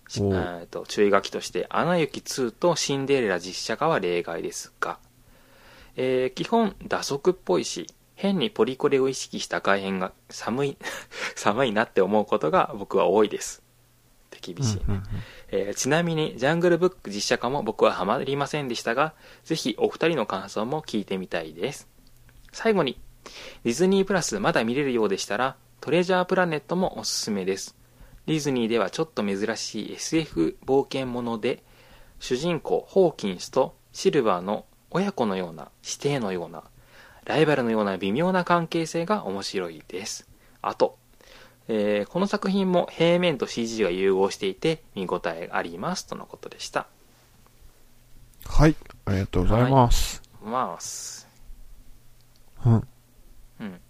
S1: しえ
S2: おう
S1: ーと注意書きとして「アナ雪2」と「シンデレラ」実写化は例外ですが、えー基本打足っぽいし変にポリコレを意識した外編が寒い 寒いなって思うことが僕は多いですって厳しいね、
S2: うんうんうん
S1: えーちなみに、ジャングルブック実写化も僕はハマりませんでしたが、ぜひお二人の感想も聞いてみたいです。最後に、ディズニープラスまだ見れるようでしたら、トレジャープラネットもおすすめです。ディズニーではちょっと珍しい SF 冒険もので、主人公ホーキンスとシルバーの親子のような、師弟のような、ライバルのような微妙な関係性が面白いです。あと、えーこの作品も平面と CG が融合していて見応えありますとのことでした。
S2: はい。ありがとうございます。
S1: まあ、
S2: うん。
S1: うん。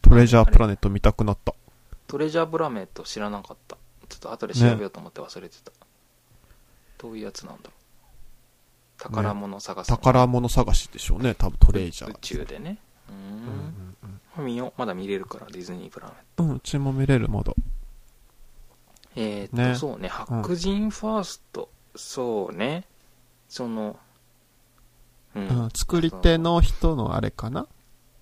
S2: トレジャープラネット見たくなった。
S1: トレジャーブラメット知らなかった。ちょっと後で調べようと思って忘れてた。どういうやつなんだろう。宝物探す、
S2: 宝物探しでしょうね、多分トレジャー。
S1: 宇宙でね。うーん。
S2: うんうん
S1: 見ようまだ見れるからディズニープラネット
S2: うん、うちも見れる、まだ。
S1: えーっと、
S2: ね
S1: そうね
S2: うん
S1: 白人ファースト、そうねそのうん、
S2: うん、作り手の人のあれかな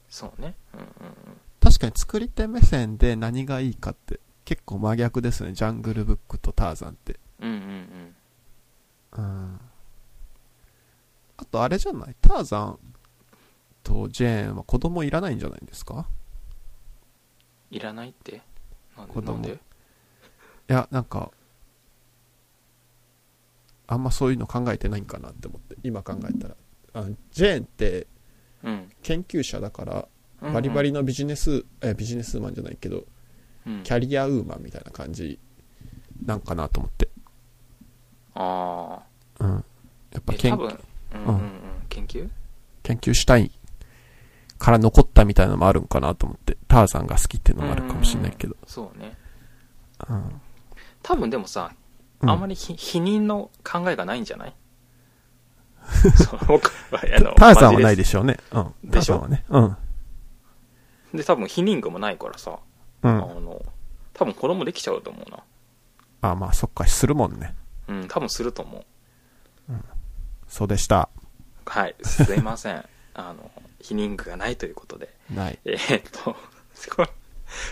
S1: そうねうんうんうん
S2: 確かに作り手目線で何がいいかって、結構真逆ですね、ジャングルブックとターザンって。
S1: うんうんうん
S2: うん。あとあれじゃないターザンとジェーンは子供いらないんじゃないんですか
S1: いらないってなんで
S2: 子供
S1: なんで
S2: いや、なんか、あんまそういうの考えてないんかなって思って、今考えたら。あのジェーンって
S1: うん
S2: 研究者だから、
S1: うんうん
S2: バリバリのビジネス、え、ビジネスマンじゃないけど、
S1: うん
S2: キャリアウーマンみたいな感じなんかなと思って。
S1: あ
S2: うん。やっ
S1: あ
S2: ぱ
S1: え
S2: 研
S1: 多分うんうん、うん、研究
S2: 研究したいから残ったみたいなのもあるんかなと思って、ターザンが好きっていうのもあるかもしれないけど
S1: うん。そうね
S2: うん。
S1: 多分でもさ
S2: うん
S1: あんまりひ否認の考えがないんじゃない そう僕はあの
S2: ターザンはない
S1: で
S2: でしょうね。うん。タ
S1: で
S2: ー
S1: し
S2: ザ
S1: ょ
S2: ンはね。うん。
S1: すで多分否認具もないからさ、
S2: う
S1: あ
S2: ん。
S1: の多分子供できちゃうと思うな
S2: あ、まあそっか、するもんね。
S1: うん多分すると思う
S2: そうでした。
S1: はいすいませんあの否認具がないということで
S2: ない。
S1: えーっと すごい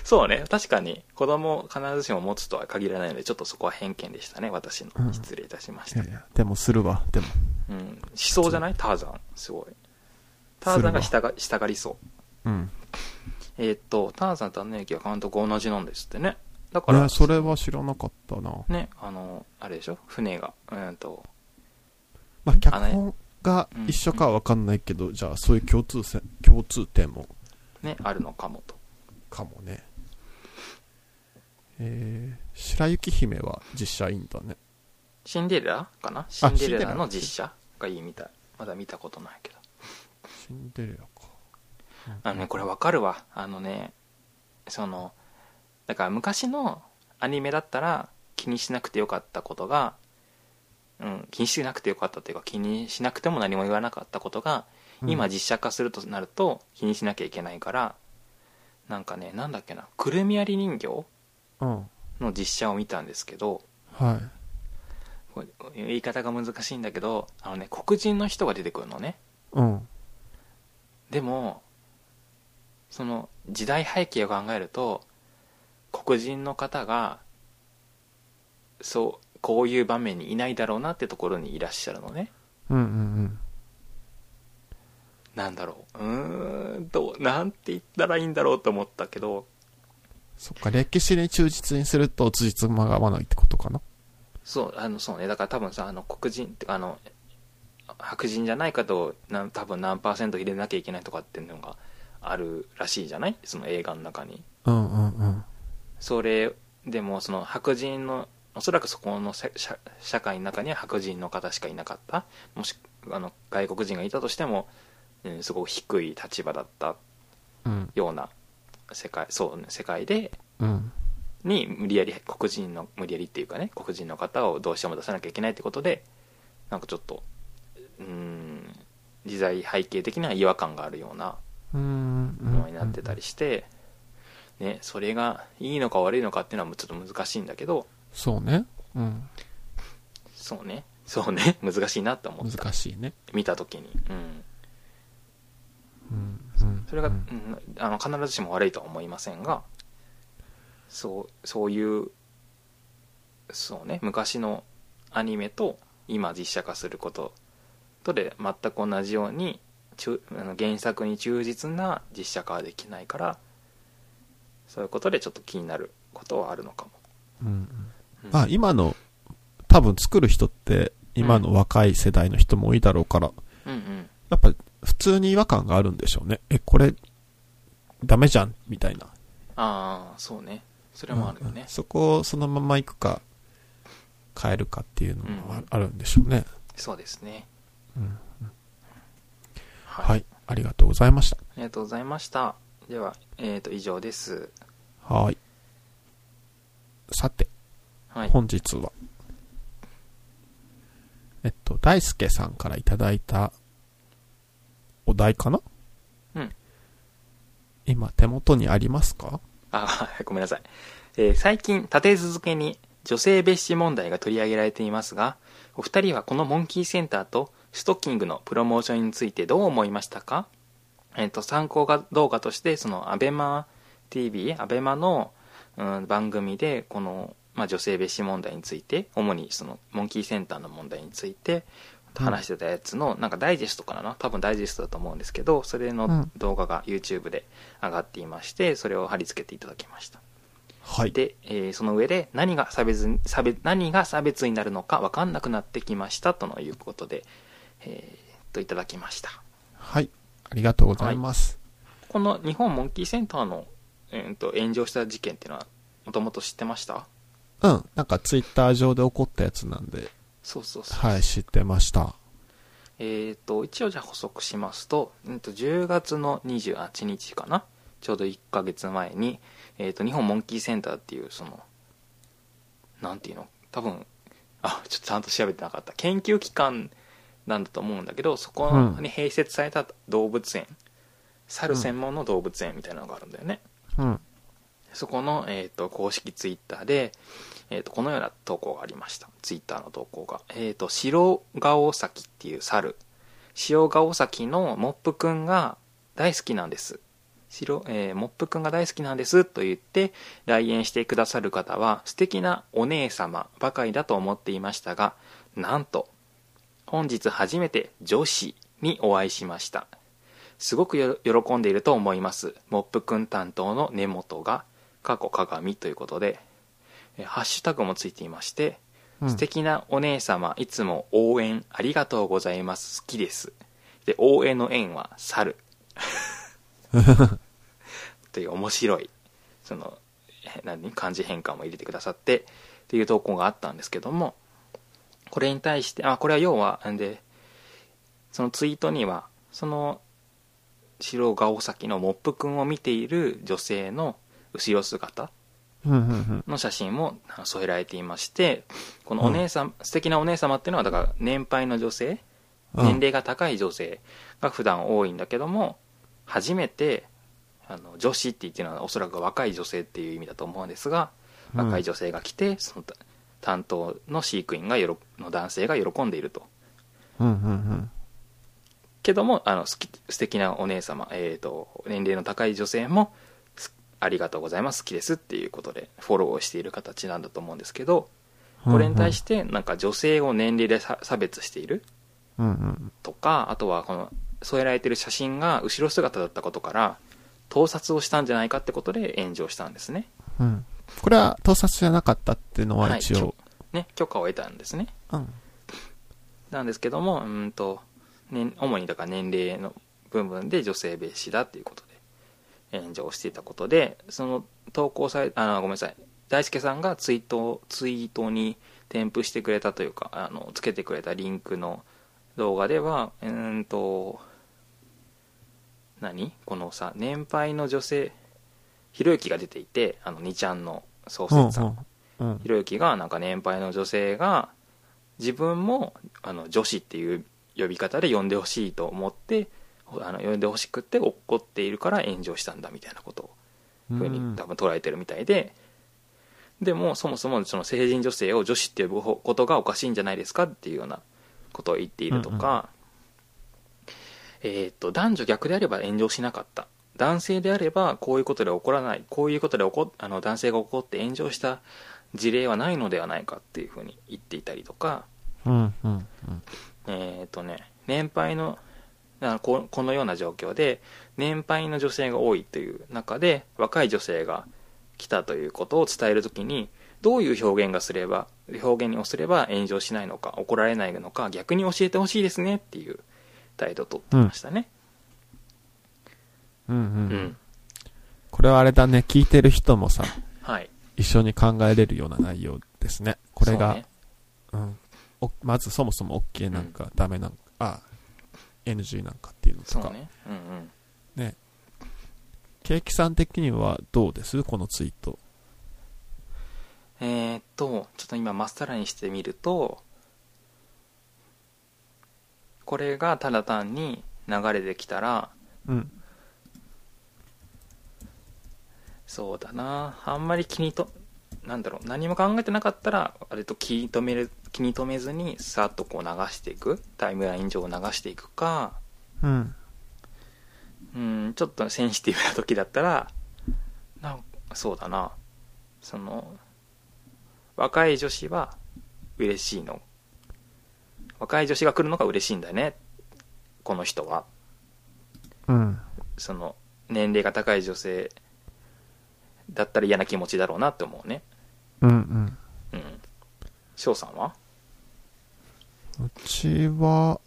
S1: そうね確かに子供を必ずしも持つとは限らないのでちょっとそこは偏見でしたね私の
S2: うん
S1: 失礼いたしまし
S2: い
S1: た、
S2: やいや、でもするわ。でも。
S1: うん思想じゃないターザンすごいターザンが
S2: する
S1: 従従りそう
S2: うん。
S1: えーっと、ターザンとアナ雪は監督同じなんですってね。だか
S2: い
S1: ら、
S2: や、それは知らなかったな。
S1: ね、あの、あれでしょ船が、うーんと、
S2: まあ脚
S1: あの
S2: 本が一緒かはわかんないけど、じゃあそういう共通線、共通点も
S1: ね、あるのかもと。
S2: かもね。えー、白雪姫は実写いいんだね。
S1: シンデレラかなシ
S2: シン
S1: ン
S2: デ
S1: デ
S2: レラ
S1: レラの実写がいいみたい。まだ見たことないけど。
S2: シンデレラか。
S1: あのね、これわかるわ。あのね、その、だから昔のアニメだったら気にしなくてよかったことが、うん、気にしなくてよかったというか気にしなくても何も言わなかったことが今
S2: うん
S1: 実写化するとなると気にしなきゃいけないからなんかねなんだっけなくるみ割り人形
S2: うん。
S1: の実写を見たんですけど
S2: はい。
S1: これ言い方が難しいんだけどあのね黒人の人が出てくるのね
S2: うん。
S1: でもその時代背景を考えると黒人の方がそうこういう場面にいないだろうなってところにいらっしゃるのね
S2: うんうんうん。
S1: なんだろううーんとなんて言ったらいいんだろうと思ったけど
S2: そっか、歴史に忠実にすると、辻褄が合わないってことかな。
S1: そうあのそうねだから多分さあの黒人ってかあの白人じゃない方をなん多分何パーセント入れなきゃいけないとかっていうのがあるらしいじゃないその映画の中に
S2: うんうんうん。
S1: それでもその白人のおそらくそこのせ社社会の中には白人の方しかいなかったもしあの外国人がいたとしても、うん、すごく低い立場だった
S2: うん。
S1: ような世界そうね世界で
S2: うん。
S1: に無理やり黒人の無理やりっていうかね黒人の方をどうしても出さなきゃいけないってことでなんかちょっとうーん時代背景的には違和感があるような
S2: うん。うん
S1: ものになってたり。して、ね、それがいいのか悪いのかっていうのはちょっと難しいんだけど
S2: そうね。うん。
S1: そうねそうね 難しいなと思った
S2: 難しいね。
S1: 見た時に、うん、
S2: うん。うん
S1: それが、
S2: う
S1: うんん、あの必ずしも悪いとは思いませんがそうそういうそうね昔のアニメと今実写化することとで全く同じように忠あの原作に忠実な実写化はできないからそういうことでちょっと気になることはあるのかも、
S2: うん。
S1: うん
S2: あ、今の、多分作る人って、今の若い世代の人も多いだろうから、
S1: うんうん
S2: やっぱ普通に違和感があるんでしょうね。え、これ、ダメじゃん、みたいな。
S1: ああそうねそれもあるよ
S2: うんう
S1: ね
S2: んそこをそのまま行くか、変えるかっていうのもあ
S1: うん
S2: あるんでしょうね。
S1: そうですね
S2: うん。
S1: はい、
S2: はい。ありがとうございました。
S1: ありがとうございましたではえっ、と以上です
S2: はーい。さて、
S1: はい
S2: 本日は、えっと、大輔さんからいただいたお題かな
S1: うん
S2: 今手元にありますか
S1: あ、 ごめんなさい。えー最近、立て続けに女性蔑視問題が取り上げられていますが、お二人はこのモンキーセンターとストッキングのプロモーションについてどう思いましたかえっ、と、参考が動画として、その、アベマ TV、アベマの、うん、番組で、この、まあ、女性蔑視問題について、主にその、モンキーセンターの問題について、話してたやつの、なんかダイジェストかな多分ダイジェストだと思うんですけど、それ
S2: う
S1: の
S2: ん
S1: 動画が YouTube で上がっていまして、それを貼り付けていただきました。
S2: はい。
S1: で、えーその上で何が差別に差別何が差別になるのか分かんなくなってきましたとのいうことで、えー、といただきました
S2: はい。ありがとうございます。
S1: この日本モンキーセンターの、えー、と炎上した事件っていうのはもともと知ってました
S2: うん。なんかツイッター上で起こったやつなんで、
S1: そうそうそう、
S2: はい、知ってました。
S1: えー、と一応じゃあ補足しますと,、うん、と10月の28日かなちょうど1ヶ月前に、えー、と日本モンキーセンターっていうそのなんていうの多分あちょっとちゃんと調べてなかった研究機関なんだと思うんだけどそこ
S2: うん
S1: に併設された動物園、猿専門の動物園みたいなのがあるんだよね、
S2: うん。
S1: そこの、えー、と公式ツイッターで、えー、とこのような投稿がありましたツイッターの投稿が、えー、と白顔崎っていう猿塩顔崎のモップくんが大好きなんです白、えーモップくんが大好きなんですと言って来園してくださる方は素敵なお姉様ばかりだと思っていましたがなんと本日初めて女子にお会いしましたすごくよ喜んでいると思いますモップくん担当の根本が過去鏡ということでえーハッシュタグもついていまして
S2: うん
S1: 素敵なお姉様いつも応援ありがとうございます好きですで応援の縁は 猿という面白いそのえ何漢字変換も入れてくださってっていう投稿があったんですけどもこれに対してあこれは要はんでそのツイートにはその白顔先のモップくんを見ている女性の後ろ姿
S2: うんうんうん。
S1: の写真もあの添えられていましてこのお姉さん、素敵なお姉様っていうのはだから年配の女性
S2: うん
S1: 年齢が高い女性が普段多いんだけども初めてあの女子って言ってるのはおそらく若い女性っていう意味だと思うんですが
S2: うん
S1: 若い女性が来てその担当の飼育員がよろの男性が喜んでいると
S2: うんうんうん。
S1: けどもあのすき素敵なお姉様、えー、と年齢の高い女性もすありがとうございます好きですっていうことでフォローをしている形なんだと思うんですけどこれに対してなんか女性を年齢でさ差別している
S2: うんうん。
S1: とかあとはこの添えられてる写真が後ろ姿だったことから盗撮をしたんじゃないかってことで炎上したんですね,、
S2: うんうん。これは盗撮じゃなかったっていうのは
S1: はい、
S2: 一
S1: きょ
S2: 応。
S1: ね許可を得たんですね
S2: うん。
S1: なんですけどもうんと、ね、主にだから年齢の部分で女性蔑視だっていうことで炎上していたことでその投稿されあごめんなさい大輔さんがツイートツイートに添付してくれたというかあのつけてくれたリンクの動画ではうーんと何このさ年配の女性ひろゆきが出ていてあの2ちゃんの創
S2: うん
S1: 設さん、
S2: うんうん
S1: ひろゆきがなんか年配の女性が自分もあの女子っていう呼び方で呼んでほしいと思ってあの呼んでほしくて怒っているから炎上したんだみたいなことをふうに多分捉えてるみたいで、でもそもそもその成人女性を女子って呼ぶことがおかしいんじゃないですかっていうようなことを言っているとか、えーっと男女逆であれば炎上しなかった男性であればこういうことで起こらないこういうことで起こあの男性が起こって炎上した事例はないのではないかっていうふうに言っていたりとか、
S2: うんうんうん。
S1: えー、とね年配のあここのような状況で年配の女性が多いという中で若い女性が来たということを伝えるときにどういう表現がすれば表現をすれば炎上しないのか怒られないのか逆に教えてほしいですねっていう態度をとってましたね、
S2: うんうん。
S1: うん
S2: これはあれだね、聞いてる人もさ、
S1: はい
S2: 一緒に考えれるような内容ですね。これが、
S1: そうね
S2: うん、おまずそもそも OK なんか、ダメなんか、あ、NG なんかっていうのと
S1: そう
S2: か。
S1: ねうんうん
S2: ね。ケーキさん的にはどうですこのツイート。
S1: えー、っと、ちょっと今まっさらにしてみると、これがただ単に流れてきたら、
S2: うん。
S1: そうだなあんまり気にとなんだろう何も考えてなかったら割と気に留める気に留めずにさっとこう流していくタイムライン上を流していくか
S2: うん。
S1: うんちょっとセンシティブな時だったらなんそうだなその若い女子は嬉しいの若い女子が来るのが嬉しいんだねこの人は
S2: うん。
S1: その年齢が高い女性だったら嫌な気持ちだろうなって思うね
S2: うんうん。
S1: うん翔さんは
S2: うちは、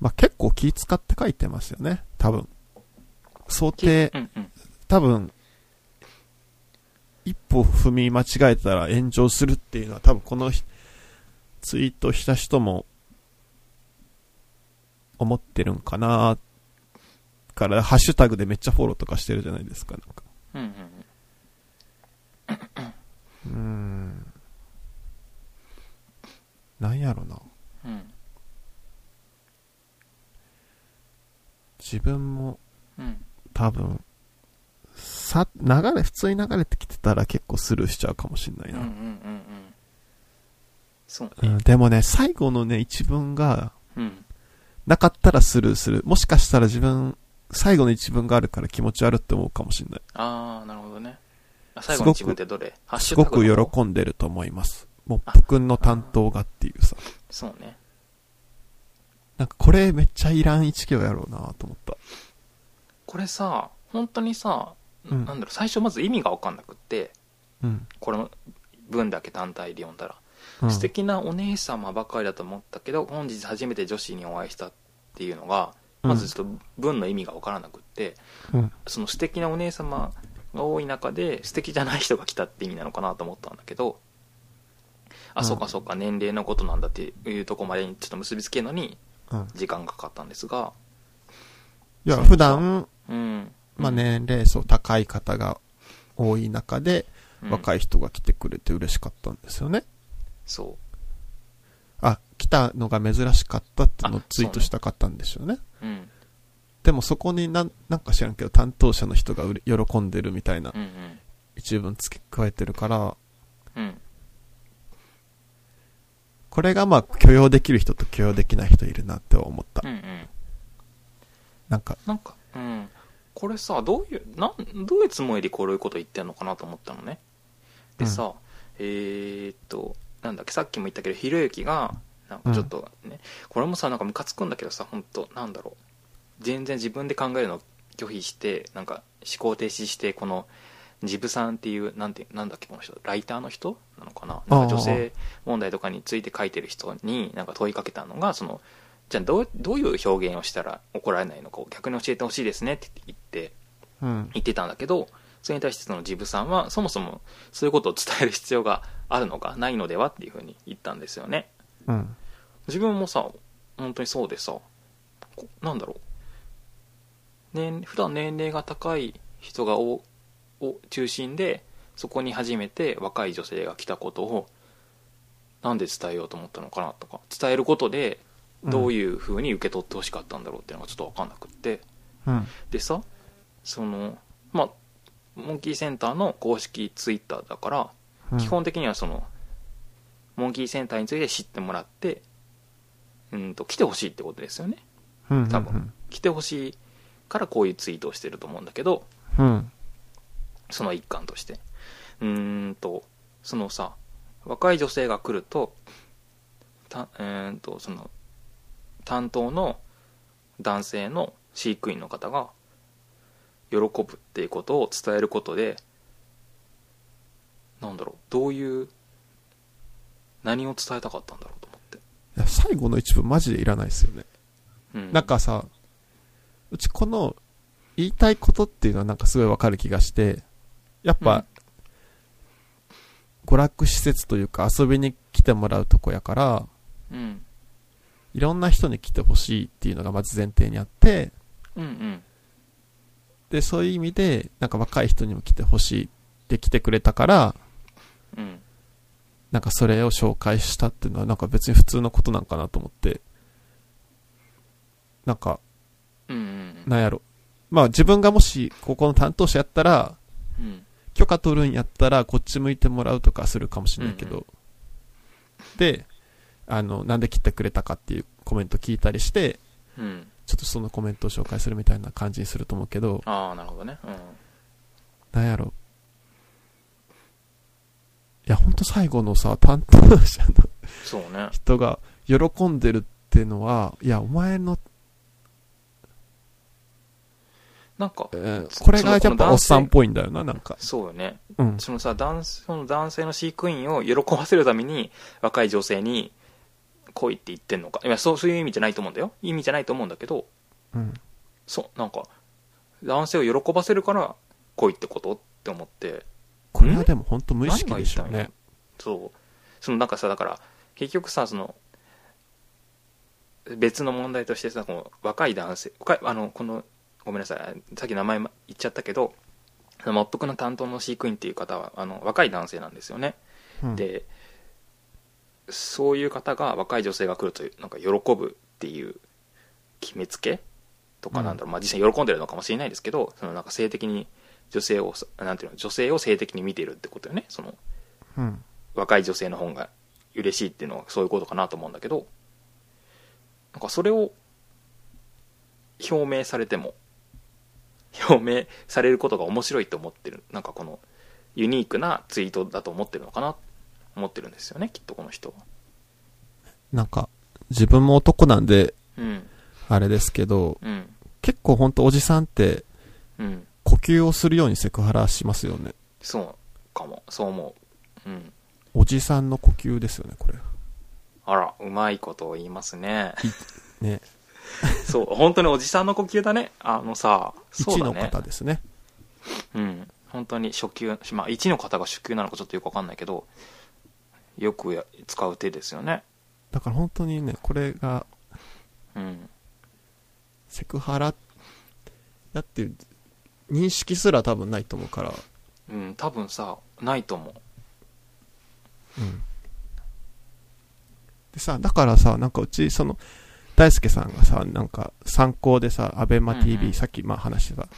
S2: まあ、結構気使って書いてますよね。多分。想定
S1: う、んうん
S2: 多分、一歩踏み間違えたら炎上するっていうのは多分このひツイートした人も思ってるんかなから、ハッシュタグでめっちゃフォローとかしてるじゃないですか。なんか
S1: うんうんうん
S2: うーん。なんやろな。
S1: うん
S2: 自分も
S1: うん
S2: 多分、さ、流れ、普通に流れてきてたら結構スルーしちゃうかもしんない
S1: うんうんう
S2: な。
S1: んうんそう
S2: う
S1: ね
S2: ん、でもね、最後のね、一文が、
S1: うん
S2: なかったらスルーする。もしかしたら自分、最後の一文があるから気持ち悪って思うかもしんない。
S1: ああなるほどねあ最後の自分ってどれハッシ
S2: す
S1: ュタ
S2: ご
S1: グ
S2: く
S1: の方
S2: 喜んでると思います。もっぷくんの担当がっていうさ。
S1: そうね
S2: なんかこれめっちゃいらん一行やろうなと思った。
S1: これさ本当にさ、
S2: うん
S1: なんだろう最初まず意味が分かんなくって
S2: うん。
S1: この文だけ単体で読んだら、
S2: うん、
S1: 素敵なお姉様ばかりだと思ったけど本日初めて女子にお会いしたっていうのがまずちょっと文の意味が分からなくって、
S2: うん。
S1: その素敵なお姉様が多い中で素敵じゃない人が来たって意味なのかなと思ったんだけどあ、
S2: うん
S1: そうかそうか年齢のことなんだっていうとこまでにちょっと結びつけるのに
S2: うん。
S1: 時間がかかったんですが
S2: いや、普段、
S1: うん
S2: まあ、年齢層高い方が多い中で、若
S1: い
S2: い人が来てくれて嬉しかったんですよね。
S1: そう
S2: あ、来たのが珍しかったってのを
S1: あ
S2: ツイートしたかったんでしょうね。
S1: うん
S2: でもそこになん、なんか知らんけど担当者の人がうれ喜んでるみたいな
S1: うんうん
S2: 一文付け加えてるから、
S1: うん
S2: これがまあ許容できる人と許容できない人いるなって思った
S1: うんう。ん
S2: なんか、
S1: なんかうんこれさどういうなんどういうつもりでこういうこと言ってんのかなと思ったのねでさ、えーっとなんだっけさっきも言ったけどひろゆきがなんかちょっとね、これもさなんかムカつくんだけどさ本当なんだろう全然自分で考えるのを拒否してなんか思考停止してこのジブさんっていうなんてなんだっけこの人ライターの人なのかななんか女性問題とかについて書いてる人になんか問いかけたのがそのじゃあどうどういう表現をしたら怒られないのかを逆に教えてほしいですねって言って
S2: うん。
S1: 言ってたんだけどそれに対してそのジブさんはそもそもそういうことを伝える必要があるのかないのではっていうふうに言ったんですよね
S2: うん。
S1: 自分もさ本当にそうでさこなんだろう、ね、普段年齢が高い人がおを中心でそこに初めて若い女性が来たことをなんで伝えようと思ったのかなとか伝えることでどう
S2: い
S1: いうふうに受け取ってほしかったんだろうっていうのがちょっと分かんなくって、
S2: うん。うん。
S1: でさそのまあモンキーセンターの公式ツイッターだから、
S2: うん
S1: 基。本的にはそのモンキーセンターについて知ってもらってうんと来てほしいってことですよね
S2: うん。うん
S1: 多分。来てほしいからこういうツイートをしてると思うんだけど
S2: うん。
S1: その一環としてうーんとそのさ若い女性が来るとたうーんとその担当の男性の飼育員の方が喜ぶっていうことを伝えることでなんだろうどういう何を伝えたかったんだろうと思って、
S2: いや最後の一文マジでいらないですよね。
S1: うん、
S2: なんかさ、うちこの、言いたいことっていうのはなんかすごいわかる気がして、やっ
S1: うん
S2: ぱ、娯楽施設というか遊びに来てもらうとこやから、
S1: うん
S2: いろんな人に来てほしいっていうのがまず前提にあって、
S1: うんうん
S2: で、そういう意味で、なんか若い人にも来てほしいって来てくれたから、
S1: うん
S2: なんかそれを紹介したっていうのはなんか別に普通のことなんかなと思って、なんか、
S1: うんうんうん
S2: なんやろ、まあ自分がもし、ここの担当者やったら、
S1: うん
S2: 許可取るんやったら、こっち向いてもらうとかするかもしれないけど、
S1: うん
S2: で、あの、なんで切ってくれたかっていうコメント聞いたりして、
S1: うん
S2: ちょっとそのコメントを紹介するみたいな感じにすると思うけど、
S1: ああなるほどねうん
S2: なんやろ。いや、ほんと最後のさ、担当者の
S1: そうね
S2: 人が喜んでるってのは、いや、お前の、
S1: なんか
S2: えーこれがやっぱおっさんっぽいんだよな、なんか。
S1: そうよね
S2: うん。
S1: そのさ男その男性の飼育員を喜ばせるために若い女性に来いって言ってんのかいやそうそういう意味じゃないと思うんだよ意味じゃないと思うんだけど
S2: うん。
S1: そうなんか男性を喜ばせるから来いってことって思って
S2: これはでもほんと無意識でしょう
S1: 何が言い
S2: ね
S1: た。そうそのなんかさだから結局さその別の問題としてさこの若い男性若いあのこのごめんなさいさっき名前ま言っちゃったけどそのモップクの担当の飼育員っていう方はあの若い男性なんですよね
S2: うん、
S1: でそういう方が若い女性が来るというなんか喜ぶっていう決めつけとかなんだろう、まあ、実際喜んでるのかもしれないですけどそのなんか性的に女性をさなんていうの女性を性的に見てるってことよねその
S2: うん。
S1: 若い女性の方が嬉しいっていうのはそういうことかなと思うんだけどなんかそれを表明されても表明されることが面白いと思ってるなんかこのユニークなツイートだと思ってるのかな思ってるんですよねきっとこの人は
S2: なんか、自分も男なんで、
S1: うん
S2: あれですけど、
S1: うん
S2: 結構ほんとおじさんって、
S1: うん
S2: 呼吸をするようにセクハラしますよね。
S1: そうかもそう思ううん
S2: おじさんの呼吸ですよね、これ。
S1: あらうまいことを言います ね
S2: ね。
S1: そう本当におじさんの呼吸だねあのさそう
S2: 一
S1: だね
S2: の方ですね。
S1: うん、本当に初級、まあ、1の方が初級なのかちょっとよくわかんないけどよくや使う手ですよね
S2: だから本当にね、これが、
S1: うん
S2: セクハラだっていう認識すら多分ないと思うから、
S1: うん多分さないと思う
S2: うん。でさ、だからさ、なんかうち、その、大輔さんがさ、なんか参考でさ、アベマ TV、
S1: うんうん
S2: さっきまあ話してた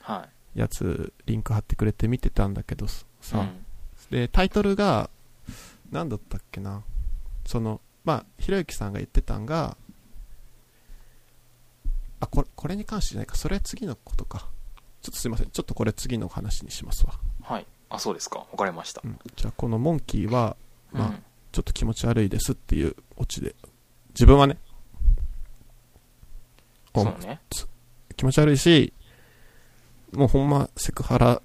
S1: はい
S2: やつ、リンク貼ってくれて見てたんだけどさ、
S1: うん
S2: で、タイトルが、なんだったっけな。その、まあ、ひろゆきさんが言ってたんが、あ、これ、これに関してじゃないか。それは次のことか。ちょっとすいません。ちょっとこれ次の話にしますわ。
S1: はいあそうですかわかりました
S2: う、ん。じゃあ、このモンキーは、まあ
S1: うん
S2: ちょっと気持ち悪いですっていうオチで。自分はね、
S1: そ
S2: お
S1: うね
S2: 気持ち悪いし、もうほんまセクハラ、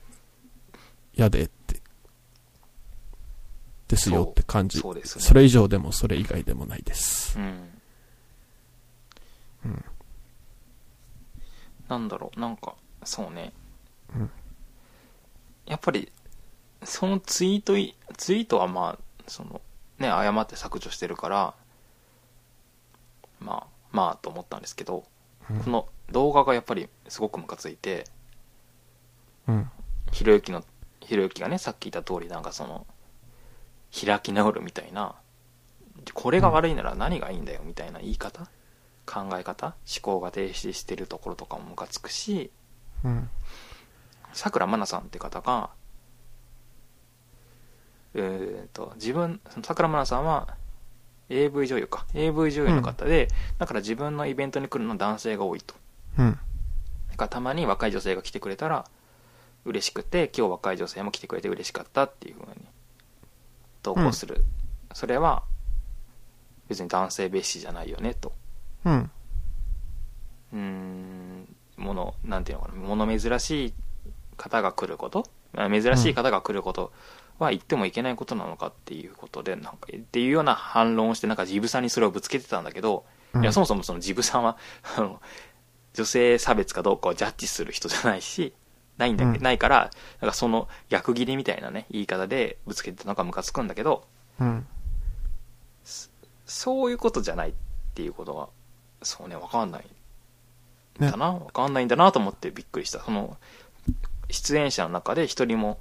S2: やでって、ですよって感じ。
S1: そうですね
S2: それ以上でもそれ以外でもないです。
S1: うん
S2: うん
S1: なんだろうなんかそうね、
S2: うん
S1: やっぱりそのツイートいツイートはまあそのね誤って削除してるからまあまあと思ったんですけど、
S2: うん
S1: この動画がやっぱりすごくムカついて
S2: うん。
S1: ひろゆきのひろゆきがねさっき言った通りなんかその開き直るみたいなこれが悪いなら何がいいんだよみたいな言い方考え方思考が停止してるところとかもムカつくし
S2: うん。
S1: さくらまなさんって方がえー、と自分そのさくらまなさんは AV 女優か AV 女優の方で、だから自分のイベントに来るのは男性が多いと
S2: うん。
S1: だからたまに若い女性が来てくれたら嬉しくて今日若い女性も来てくれて嬉しかったっていうふうに投稿する、それは別に男性蔑視じゃないよねと
S2: うん。
S1: うーんものなんていうのかなもの珍しい方が来ることまあ珍しい方が来ることは言ってもいけないことなのかっていうことでなんかっていうような反論をしてなんかジブさんにそれをぶつけてたんだけど、いやそもそもそのジブさんは あの女性差別かどうかをジャッジする人じゃないしないんだけ、
S2: うん
S1: ないからなんかその逆切りみたいなね言い方でぶつけてたのがムカつくんだけど
S2: うん。
S1: そういうことじゃないっていうことがそうねわかんない
S2: ね
S1: だな、わかんないんだなと思ってびっくりした。その、出演者の中で一人も、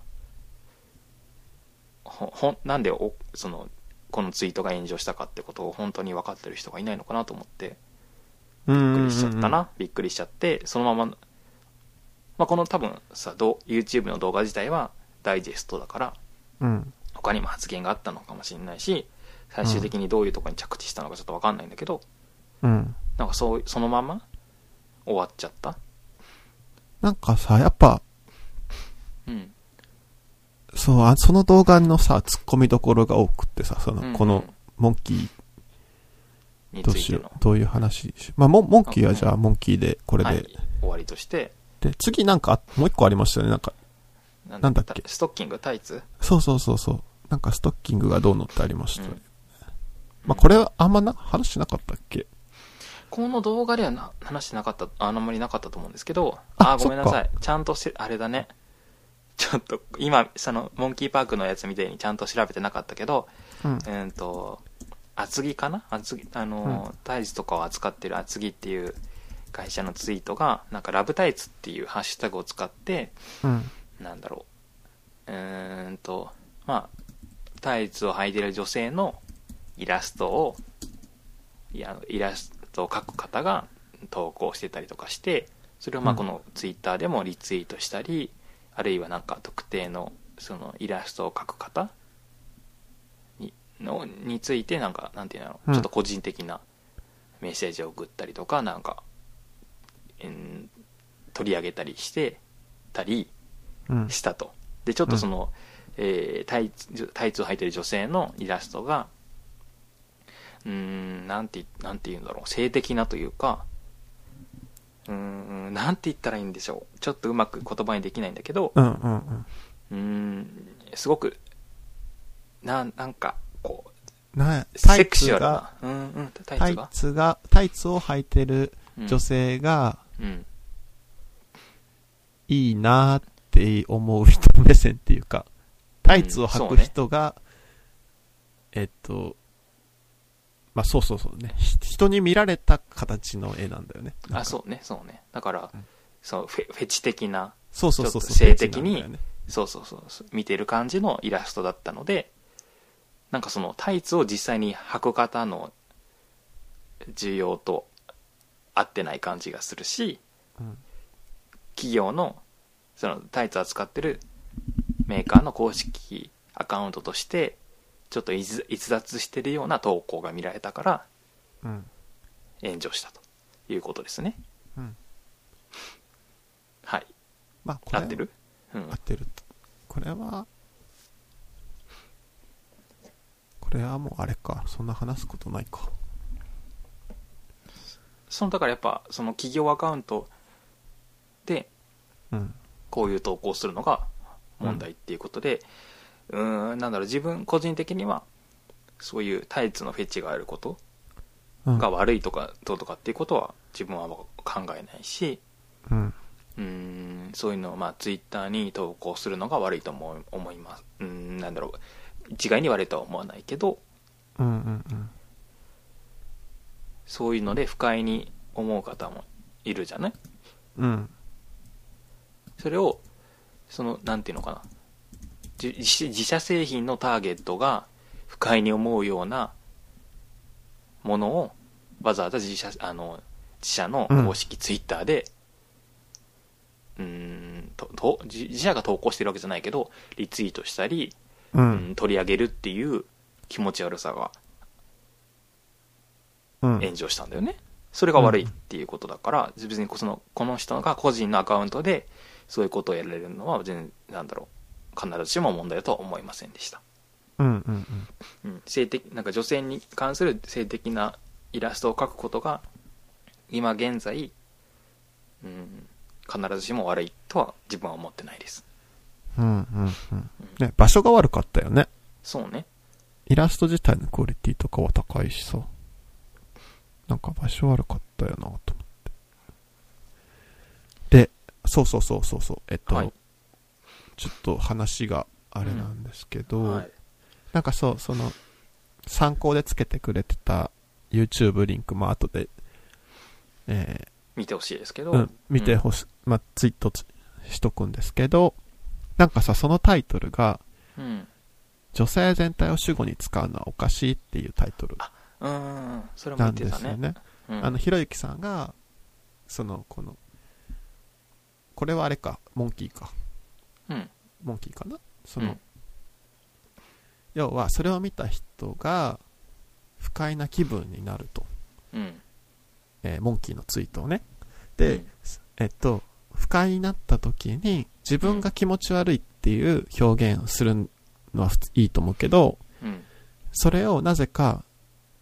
S1: ほ、ほん、なんでお、その、このツイートが炎上したかってことを本当に分かってる人がいないのかなと思って、
S2: うん。
S1: びっく
S2: び
S1: りしちゃったな、。びっくりしちゃって、そのまま、まあ、この多分さ、どう YouTube の動画自体はダイジェストだから、
S2: うん。
S1: 他にも発言があったのかもしれないし、最終的にどういうところに着地したのかちょっとわかんないんだけど、
S2: うん。
S1: なんかそう、そのまま終わっちゃった。
S2: なんかさ、やっぱ、
S1: うん。
S2: そう、あその動画のさ、突っ込みどころが多くってさ、その、この、モンキー
S1: うん、に
S2: ど
S1: つ
S2: う
S1: い
S2: してよ
S1: の
S2: う、。どういう話しまあ、モンモンキーはじゃあ、モンキーで、これで。
S1: はい、終わりとして、
S2: で、次なんかあ、もう一個ありましたよね。なんか、
S1: な
S2: なんだっけ
S1: ストッキングタイツ
S2: そうそうそうそう。なんか、ストッキングがどうのってありましたよね。
S1: うん
S2: まあ、これはあんまな、話しなかったっけ
S1: この動画ではな話してなかった、あんまりなかったと思うんですけど、
S2: あ
S1: あーごめんなさい。ちゃんとせ、あれだね。ちょっと、今、その、モンキーパークのやつみたいにちゃんと調べてなかったけど、
S2: うん
S1: う。ーんと、厚木かな厚木、あのー、タイツとかを扱ってる厚木っていう会社のツイートが、なんかラブタイツっていうハッシュタグを使って、
S2: うん。
S1: なんだろう。うーんと、まあ、タイツを履いてる女性のイラストを、いや、イラストを描く方が投稿してたりとかして、それをまあ
S2: うん
S1: このツイッターでもリツイートしたり、あるいはなんか特定のそのイラストを描く方にのについてなんか、なんていうの、
S2: うん
S1: ちょっと個人的なメッセージを送ったりとか、なんか、うん取り上げたりしてたり、
S2: うん。
S1: したと。で、ちょっとその、えータイツ、タイツを履いてる女性のイラストが、うーん、なんて、なんて言うんだろう、性的なというか、うーん、なんて言ったらいいんでしょう。ちょっとうまく言葉にできないんだけど、
S2: うんうんうん。
S1: うーん、すごく、な、なんか、こ
S2: な
S1: う、
S2: タ
S1: セ
S2: イ
S1: クシ
S2: ツ
S1: ュアル
S2: が、
S1: な、うんうん、タ
S2: タ
S1: イツ
S2: イ
S1: が。
S2: ツが、タイツを履いてる
S1: うん
S2: 女性が、
S1: うん。
S2: いいなーって思う人目線っていうか、タイツを履く人が、えっと、まあ、そうそうそうね。ひ人に見られた形の絵なんだよね。
S1: あ、そうね、そうね。だから、
S2: うん
S1: そう、フェフェチ的な、
S2: そうそうそう
S1: ちょ
S2: そ
S1: っ
S2: う。
S1: と性的に
S2: フェチなんだよね
S1: そうそうそうそう見てる感じのイラストだったのでなんかそのタイツを実際に履く方の需要と合ってない感じがするし
S2: うん
S1: 企業のそのタイツを扱ってるメーカーの公式アカウントとしてちょっと逸逸脱してるような投稿が見られたから
S2: うん。
S1: 炎上したということですね
S2: うん。
S1: はい
S2: まあ、これ
S1: 合
S2: は
S1: ってるうん
S2: 合ってる。これは、これはもうあれか。そんな話すことないか。
S1: そのだからやっぱその企業アカウントで
S2: うん。
S1: こういう投稿をするのが問題っていうことで、うーん、なんだろう、自分個人的には、そういうタイツのフェチがあること
S2: うん。
S1: が悪いとか、どうとかっていうことは自分は考えないし、
S2: うん。
S1: うーん、そういうのをまあツイッターに投稿するのが悪いと思う思います。うーん、なんだろう、一概に悪いとは思わないけど、
S2: うんうんうん。
S1: そういうので不快に思う方もいるじゃない
S2: うん。
S1: それをそのなんていうのかなじ自自社製品のターゲットが不快に思うようなものをわざわざ自社あの自社の公式ツイッターで、うーんとと自自社が投稿してるわけじゃないけどリツイートしたり、
S2: う
S1: うん
S2: ん。
S1: 取り上げるっていう気持ち悪さが
S2: うん。
S1: 炎上したんだよね、それが悪いっていうことだから別にそのこの人が個人のアカウントでそういうことをやられるのは全然なんだろう必ずしも問題だとは思いませんでした、
S2: うんうんうん。
S1: うん、性的なんか女性に関する性的なイラストを描くことが今現在、うん、必ずしも悪いとは自分は思ってないです
S2: うんうんうん。ね、場所が悪かったよね。
S1: そうね
S2: イラスト自体のクオリティとかは高いしさ。なんか場所悪かったよなと思って。で、そうそうそうそうそう。えっと、
S1: はい
S2: ちょっと話があれなんですけど、
S1: はい
S2: なんかそう、その、参考でつけてくれてた YouTube リンクも後で、え
S1: 見てほしいですけ
S2: ー
S1: ど、
S2: うん、見てほし、まあ、ツイートつしとくんですけど、なんかさ、そのタイトルが、
S1: うん
S2: 女性全体を主語に使うのはおかしいっていうタイトル
S1: うんうんうんそれも言
S2: なん
S1: って
S2: で
S1: た
S2: すよ
S1: ね
S2: ね。
S1: うん
S2: あの、ひろゆきさんが、その、この、これはあれか、モンキーか。
S1: うん
S2: モンキーかなそ
S1: うん
S2: の、要は、それを見た人が、不快な気分になると。
S1: うん
S2: えーモンキーのツイートをね。
S1: う
S2: で
S1: ん、
S2: えっと、不快になった時に、自分が気持ち悪いっていう表現をするのは普通いいと思うけど、
S1: うん
S2: それをなぜか、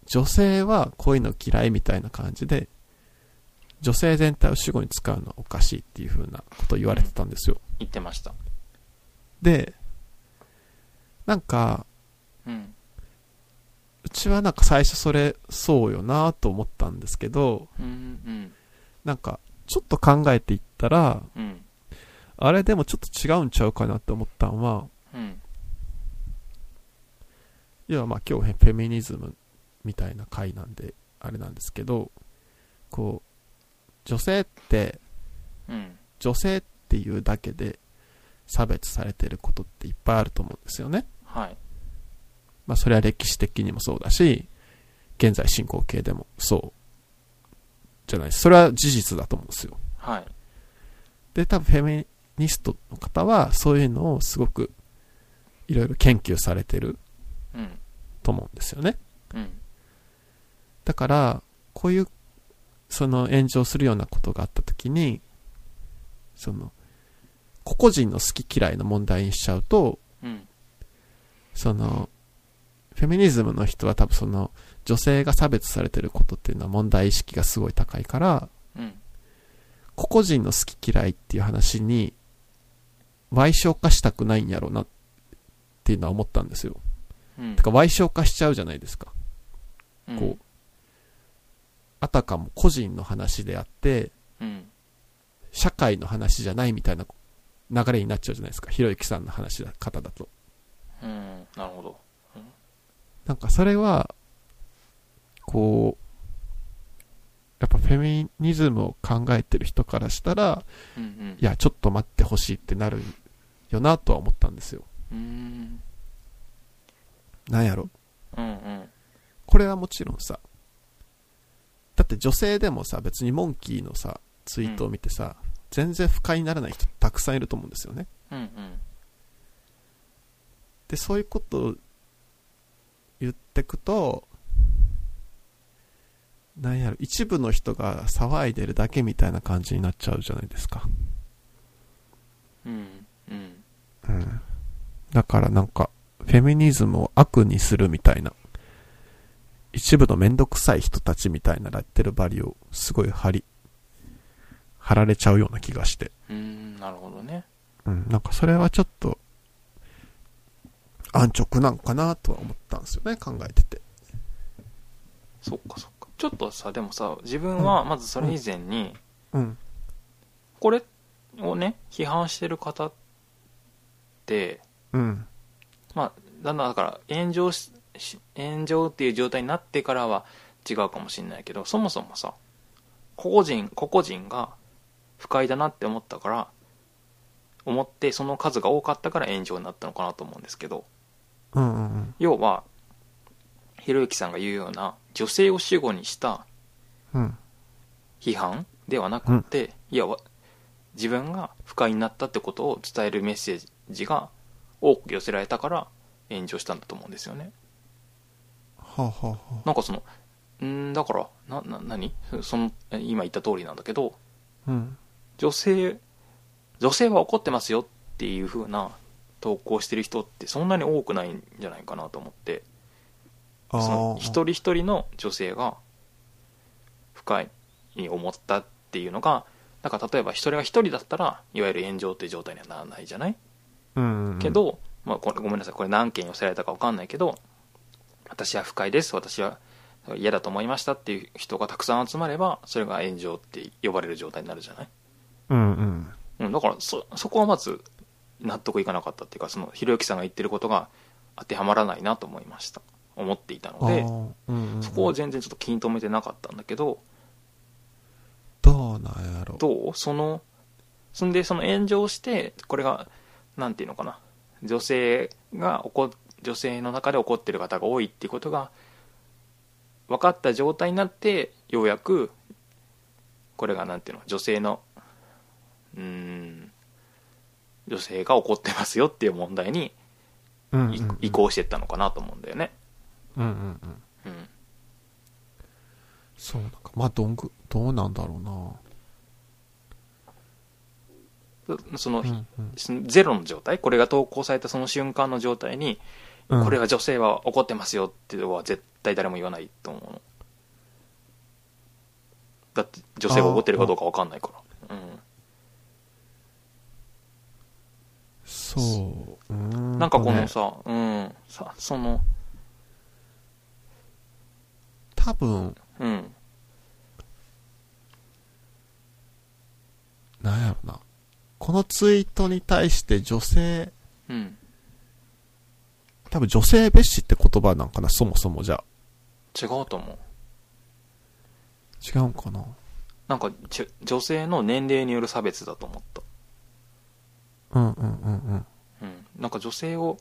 S2: 女性はこういうの嫌いみたいな感じで、女性全体を主語に使うのはおかしいっていう風なことを言われてたんですよ。
S1: 言ってました
S2: で、なんか、
S1: うん
S2: うちはなんか最初それ、そうよなと思ったんですけど、
S1: うん
S2: なんか、ちょっと考えていったら、
S1: うんうん
S2: あれでもちょっと違うんちゃうかなって思ったんは、
S1: うん
S2: 要はまあ今日フェミニズムみたいな回なんで、あれなんですけど、こう、女性って、
S1: うん
S2: 女性っていうだけで差別されてることっていっぱいあると思うんですよね。
S1: はい
S2: まあそれは歴史的にもそうだし、現在進行形でもそう。じゃないです。それは事実だと思うんですよ。
S1: はい
S2: で、多分フェミニストの方はそういうのをすごくいろいろ研究されてる
S1: うん
S2: と思うんですよね。
S1: うん
S2: だから、こういう、その炎上するようなことがあった時に、その、個々人の好き嫌いの問題にしちゃうと、
S1: うん
S2: その、フェミニズムの人は多分その、女性が差別されてることっていうのは問題意識がすごい高いから、
S1: うん
S2: 個々人の好き嫌いっていう話に、賠償化したくないんやろうなっていうのは思ったんですよ。
S1: うん
S2: てか賠償化しちゃうじゃないですか。
S1: うん
S2: こう、あたかも個人の話であって、
S1: うん
S2: 社会の話じゃないみたいな流れになっちゃうじゃないですか。ひろゆきさんの話だ、方だと。
S1: うんなるほど
S2: なんかそれは、こう、やっぱフェミニズムを考えてる人からしたら、
S1: うんうん
S2: いや、ちょっと待ってほしいってなるよなとは思ったんですよ。
S1: うん
S2: なんやろ
S1: うんうん
S2: これはもちろんさ、だって女性でもさ、別にモンキーのさ、ツイートを見てさ、全然不快にならない人たくさんいると思うんですよね。
S1: うんうん
S2: で、そういうことを言ってくと、なんやろ、一部の人が騒いでるだけみたいな感じになっちゃうじゃないですか。
S1: うんうん
S2: うん。だからなんか、フェミニズムを悪にするみたいな、一部のめんどくさい人たちみたいなラッテルバリをすごい張り、張られちゃうような気がして。
S1: うんなるほどね
S2: うん、なんかそれはちょっと、安直なんかなとは思ったんですよね、考えてて。
S1: そっかそっかちょっとさでもさ自分は
S2: うん
S1: まずそれ以前に
S2: うん。
S1: これをね批判してる方って
S2: うん。
S1: まあだんだんだから炎上しし炎上っていう状態になってからは違うかもしれないけどそもそもさ個々人個々人が不快だなって思ったから思ってその数が多かったから炎上になったのかなと思うんですけど
S2: うんうんうん。
S1: 要はひろゆきさんが言うような女性を主語にした
S2: うん。
S1: 批判ではなくて、いやわ自分が不快になったってことを伝えるメッセージが多く寄せられたから炎上したんだと思うんですよね
S2: はあ、はあはあ、
S1: なんかそのんーだからなな何そそのえ今言った通りなんだけど
S2: うん。
S1: 女性女性は怒ってますよっていう風な投稿してる人ってそんなに多くないんじゃないかなと思って
S2: あ
S1: その
S2: あ。
S1: 一人一人の女性が不快に思ったっていうのがなんか例えばそれが一人だったらいわゆる炎上っていう状態にはならないじゃない
S2: うんうん。
S1: け、ど、まあ、これごめんなさいこれ何件寄せられたか分かんないけど私は不快です私は嫌だと思いましたっていう人がたくさん集まればそれが炎上って呼ばれる状態になるじゃない、
S2: うんうん。
S1: うん、だからそそこはまず納得いかなかったっていうかそのひろゆきさんが言ってることが当てはまらないなと思いました思っていたの
S2: ああ
S1: で
S2: うんうん、
S1: そこを全然ちょっと気に留めてなかったんだけど、
S2: どうなんやろ
S1: どうその、そんでその炎上して、これが、なんていうのかな、女性が怒、女性の中で怒ってる方が多いっていうことが、分かった状態になって、ようやく、これがなんていうの、女性の、うーん、女性が怒ってますよっていう問題に
S2: うんうん
S1: い
S2: うん
S1: 移行してったのかなと思うんだよね。
S2: うんうんう
S1: う
S2: ん
S1: ん。
S2: そうなんかまあどんぐどうなんだろうな
S1: そその、
S2: うんうん
S1: そのゼロの状態、これが投稿されたその瞬間の状態に、
S2: うん
S1: これは女性は怒ってますよっていうのは絶対誰も言わないと思うの。だって女性が怒ってるかどうかわかんないから。
S2: そう
S1: う
S2: うー
S1: ん。
S2: ん
S1: なんかことの
S2: ね
S1: さ、うん、さ、その、
S2: 多分
S1: うん、
S2: なんやろなこのツイートに対して女性
S1: うん。
S2: 多分女性蔑視って言葉なんかなそもそもじゃあ
S1: 違うと思う。
S2: 違うんかな
S1: なんかちゅ、女性の年齢による差別だと思った。
S2: うんうんうんうん
S1: うん、なんか女性を、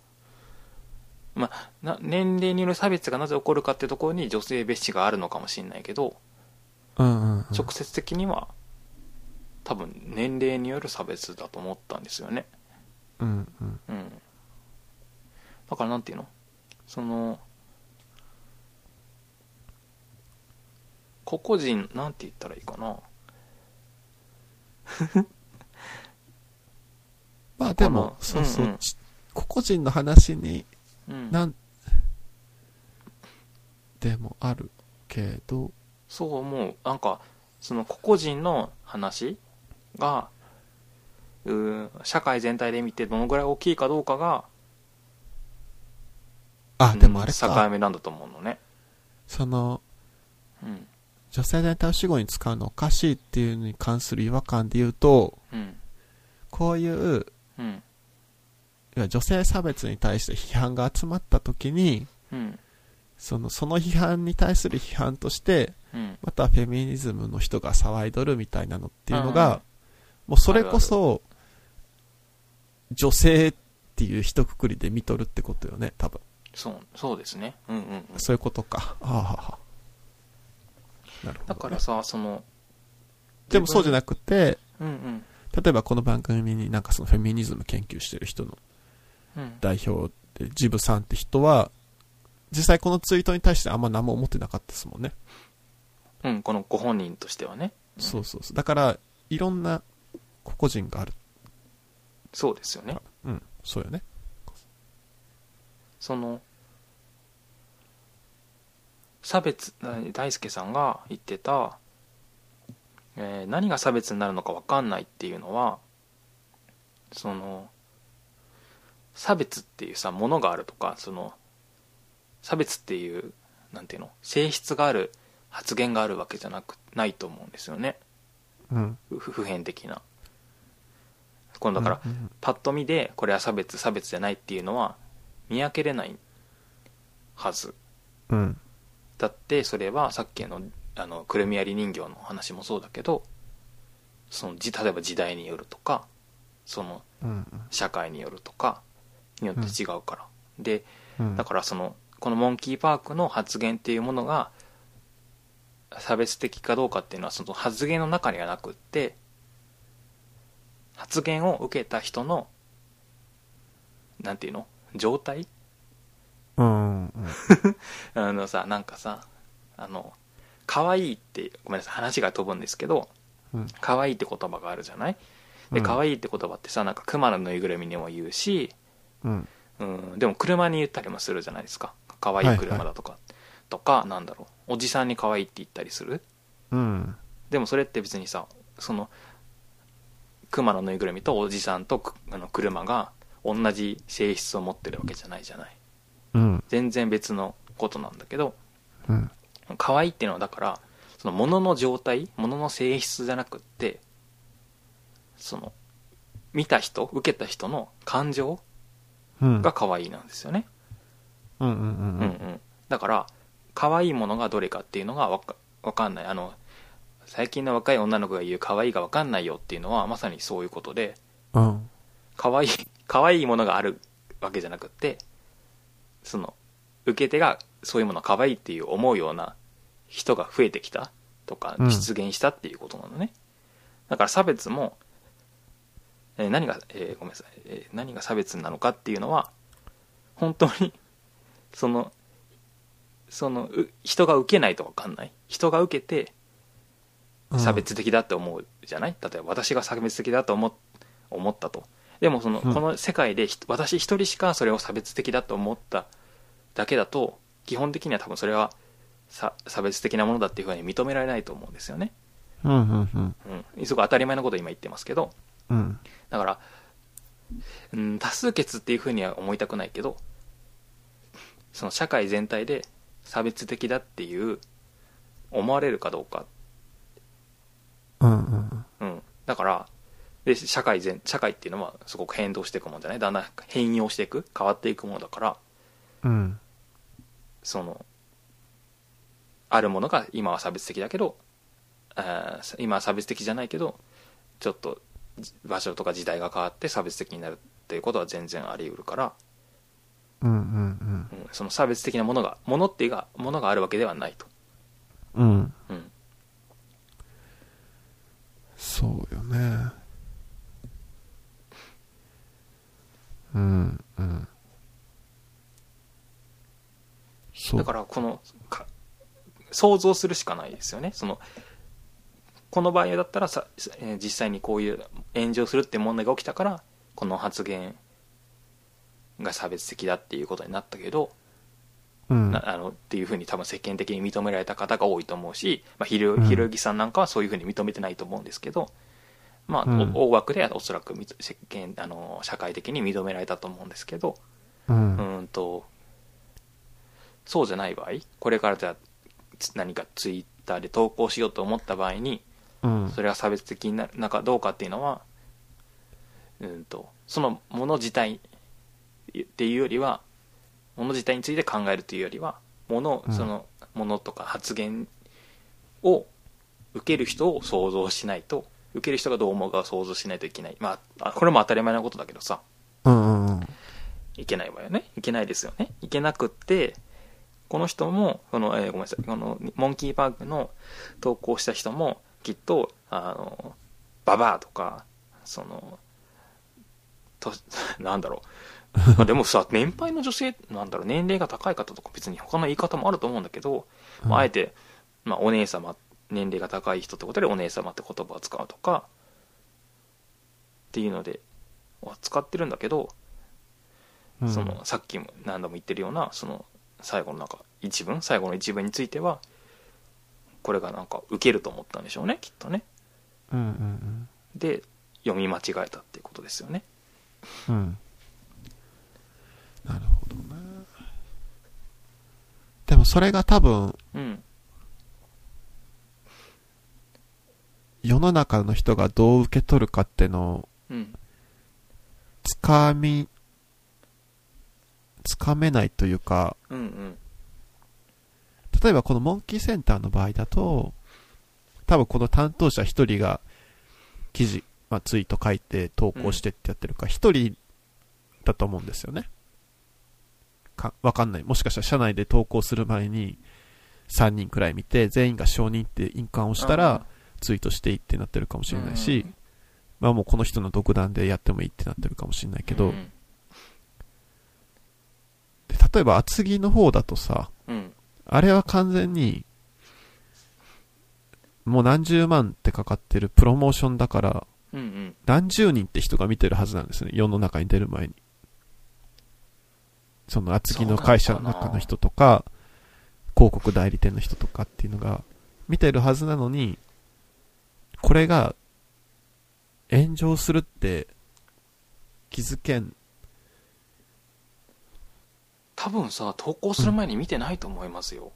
S1: まあ、な年齢による差別がなぜ起こるかってところに女性蔑視があるのかもしれないけど、
S2: うんうんうん
S1: 直接的には多分年齢による差別だと思ったんですよね。
S2: うんうん
S1: うん、だからなんていうのその個々人なんて言ったらいいかな
S2: まあでも
S1: この、
S2: そうそう、
S1: うんうん
S2: ち個々人の話に、
S1: うん
S2: なん、でもあるけど、
S1: そう思うなんかその個々人の話がうー社会全体で見てどのぐらい大きいかどうかが
S2: あ、
S1: うん
S2: でもあれ
S1: 境
S2: か、
S1: 目なんだと思うのね、
S2: その、
S1: うん
S2: 女性全体を死後に使うのおかしいっていうのに関する違和感で言うと、
S1: うん
S2: こういう、
S1: うん
S2: いや女性差別に対して批判が集まった時に、
S1: うん
S2: その、その批判に対する批判として、
S1: うん
S2: またはフェミニズムの人が騒いどるみたいなのっていうの
S1: うんうん
S2: が、もうそれこそ、女性っていう一括りで見とるってことよね、多分。
S1: そうそうですねうんうん、うん、
S2: そういうことか。ああはあはあ、なるほど、
S1: だからさその
S2: でもそうじゃ
S1: ない
S2: なくて、
S1: うんうん
S2: 例えばこの番組になんかそのフェミニズム研究してる人の
S1: うん
S2: 代表で、ジブさんって人は、実際このツイートに対してあんま何も思ってなかったですもんね。
S1: うん、このご本人としてはね
S2: そうそうそう。だから、いろんな個々人がある。
S1: そうですよね
S2: うん、そうよね。
S1: その差別あ大輔さんが言ってた、えー何が差別になるのか分かんないっていうのはその差別っていうさものがあるとかその差別っていうなんていうの性質がある発言があるわけじゃなくないと思うんですよね
S2: うん。
S1: ふ普遍的な。今度だから、
S2: うんうん
S1: パッと見でこれは差別差別じゃないっていうのは見分けれないはず
S2: うん。
S1: だってそれはさっきのあのくるみ割り人形の話もそうだけどそのじ例えば時代によるとかその
S2: うん。
S1: 社会によるとかによって違うから、で
S2: うん
S1: だからそのこのモンキーパークの発言っていうものが差別的かどうかっていうのはその発言の中にはなくって発言を受けた人のなんていうの状態
S2: うん。うん。
S1: あのさなんかさあの可愛いってごめんなさい話が飛ぶんですけど
S2: うん。
S1: 可愛いって言葉があるじゃないで
S2: うん
S1: 可愛いって言葉ってさなんか熊のぬいぐるみにも言うし
S2: うん。
S1: うん、でも車に言ったりもするじゃないですか可愛い車だとか、とかなんだろうおじさんに可愛いって言ったりする
S2: うん。
S1: でもそれって別にさその熊のぬいぐるみとおじさんとくあの車が同じ性質を持ってるわけじゃないじゃない
S2: うん。
S1: 全然別のことなんだけど
S2: うん。
S1: 可愛いっていうのはだからその物の状態物の性質じゃなくってその見た人受けた人の感情
S2: うん。
S1: が可愛いなんですよね、
S2: うんうんうん
S1: うんうん、だから可愛いものがどれかっていうのがわかわかんないあの最近の若い女の子が言う可愛いがわかんないよっていうのはまさにそういうことで
S2: うん。うん。
S1: 可愛い可愛いものがあるわけじゃなくってその受け手がそういうものを可愛いっていう思うような人が増えてきたとか
S2: うん
S1: 出現したっていうことなのね、だから差別もえー何が、えーごめんなさい、えー何が差別なのかっていうのは本当にそのそのう人が受けないと分かんない人が受けて
S2: うん
S1: 差別的だって思うじゃない、例えば私が差別的だと思思ったとでもその、
S2: うん
S1: この世界でひ私一人しかそれを差別的だと思っただけだと基本的には多分それはさ差別的なものだっていうふうに認められないと思うんですよね、
S2: うんうんうん
S1: うん、すごい当たり前のことを今言ってますけど
S2: うん
S1: だから、うん、多数決っていうふうには思いたくないけどその社会全体で差別的だっていう思われるかどうか
S2: うんうん
S1: うん、だからで社会全社会っていうのはすごく変動していくもんじゃないだんだん変容していく変わっていくものだから
S2: うん
S1: そのあるものが今は差別的だけどあー今は差別的じゃないけどちょっとじ場所とか時代が変わって差別的になるっていうことは全然あり得るから、
S2: うんうん
S1: うん、その差別的なものがものっていうかものがあるわけではないと、
S2: うんうん
S1: うん、
S2: そうよねうんうんそう
S1: だからこのか想像するしかないですよねそのこの場合だったらさ、えー実際にこういう炎上するって問題が起きたからこの発言が差別的だっていうことになったけど、
S2: うん
S1: なあのっていうふうに多分世間的に認められた方が多いと思うし、まあ、ひろ
S2: うん
S1: ひろゆきさんなんかはそういうふうに認めてないと思うんですけど、まあ
S2: うん
S1: お大枠ではおそらくみつ世間あの社会的に認められたと思うんですけど、
S2: う
S1: うんーんとそうじゃない場合これからじゃあつ何かツイッターで投稿しようと思った場合に
S2: うん
S1: それが差別的になるのかどうかっていうのはうーんとそのもの自体っていうよりはもの自体について考えるというよりはもの
S2: うん
S1: そのものとか発言を受ける人を想像しないと受ける人がどう思うかを想像しないといけないまああこれも当たり前なことだけどさ
S2: うんうん
S1: いけないわよねいけないですよねいけなくってこの人もこの、えーごめんなさいこのモンキーパークの投稿した人もきっとあのババアとかそのと なんだろうまあでもさ年配の女性なんだろう年齢が高い方とか別に他の言い方もあると思うんだけど、まあ、あえて、まあ、お姉様年齢が高い人ってことでお姉様って言葉を使うとかっていうのでは使ってるんだけど
S2: うん
S1: そのさっきも何度も言ってるようなその最後のなんか一文最後の一文についてはこれがなんか受けると思ったんでしょうねきっとね
S2: うんうん
S1: で読み間違えたっていうことですよね
S2: うんうんなるほどねでもそれが多分
S1: うん
S2: 世の中の人がどう受け取るかってのを
S1: うん
S2: つかみ、つかめないというか、
S1: うんうん
S2: 例えばこのモンキーセンターの場合だと、多分この担当者一人が記事、まあ、ツイート書いて投稿してってやってるから、一人だと思うんですよね。か、わかんない。もしかしたら社内で投稿する前に3人くらい見て、全員が承認って印鑑をしたら、ツイートしていいってなってるかもしれないし、
S1: うん
S2: まあもうこの人の独断でやってもいいってなってるかもしれないけど、
S1: うん
S2: で例えば厚木の方だとさ、
S1: うん
S2: あれは完全に、もう何十万ってかかってるプロモーションだから、
S1: うんうん
S2: 何十人って人が見てるはずなんですね。世の中に出る前に。その厚木の会社の中の人とか、広告代理店の人とかっていうのが見てるはずなのに、これが炎上するって気づけん。
S1: 多分さ投稿する前に見てないと思いますよ、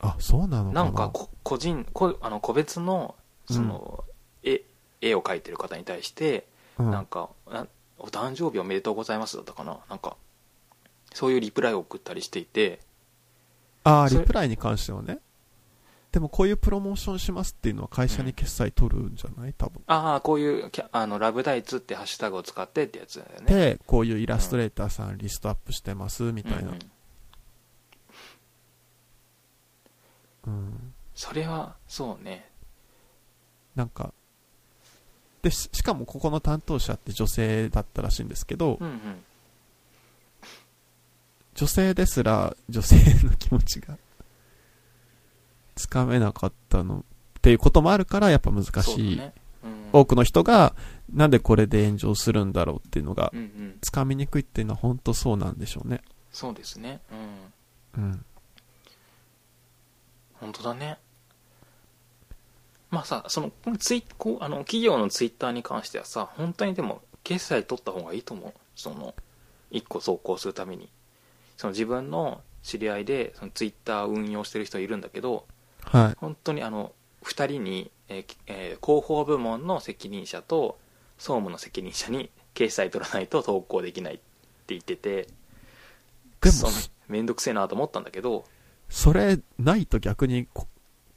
S2: あ、そうなのかな
S1: なんかこ個人こあの個別のその、絵絵を描いてる方に対して
S2: うん
S1: なんか、なお誕生日おめでとうございますだったかななんかそういうリプライを送ったりしていて
S2: ああ、
S1: それ
S2: リプライに関してはね。でもこういうプロモーションしますっていうのは会社に決済取るんじゃない多分。
S1: ああこういうキャあのラブダイツってハッシュタグを使ってってやつだよね
S2: で、こういうイラストレーターさんリストアップしてますみたい
S1: うんう。
S2: なんうん。
S1: それはそうね
S2: なんか、で、ししかもここの担当者って女性だったらしいんですけど、
S1: うんうん
S2: 女性ですら女性の気持ちがつかめなかったのっていうこともあるからやっぱ難
S1: そうだ
S2: しい、
S1: ねうん
S2: 多くの人がなんでこれで炎上するんだろうっていうのが
S1: うんうん
S2: つかみにくいっていうのは本当そうなんでしょうね
S1: そうですねうん
S2: うん
S1: 本当だねまあさそのこのツイこうあの企業のツイッターに関してはさ本当にでも決済取った方がいいと思うその1個走行するためにその自分の知り合いでそのツイッター運用してる人いるんだけど
S2: はい
S1: 本当にあの2人に、えーきえー広報部門の責任者と総務の責任者に決済取らないと投稿できないって言ってて
S2: で
S1: そ
S2: も
S1: うめんどくせえなと思ったんだけど
S2: それないと逆にこ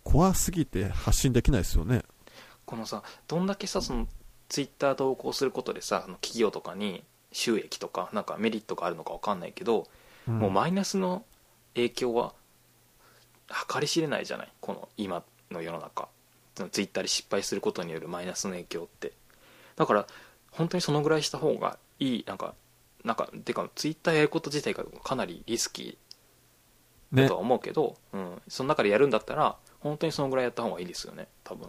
S2: 怖すぎて発信できないですよね
S1: このさどんだけさそのツイッター投稿することでさその企業とかに収益とかなんかメリットがあるのかわかんないけど、
S2: うん
S1: もうマイナスの影響は計り知れないじゃないこの今の世の中そのツイッターで失敗することによるマイナスの影響ってだから本当にそのぐらいした方がいいなんかなんかてかツイッターやること自体がかなりリスキーだ
S2: ね
S1: とは思うけど、うん、その中でやるんだったら本当にそのぐらいやった方がいいですよね多分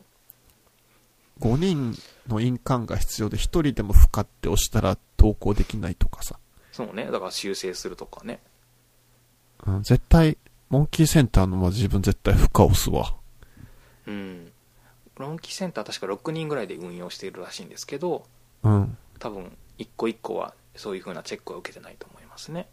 S2: 5人の印鑑が必要で1人でも不可って押したら投稿できないとかさ、
S1: そうねだから修正するとかね
S2: うん、絶対モンキーセンターのは自分絶対不可押すわ
S1: うんロンキーセンター確か6人ぐらいで運用しているらしいんですけど
S2: うん
S1: 多分一個一個はそういう風なチェックは受けてないと思いますね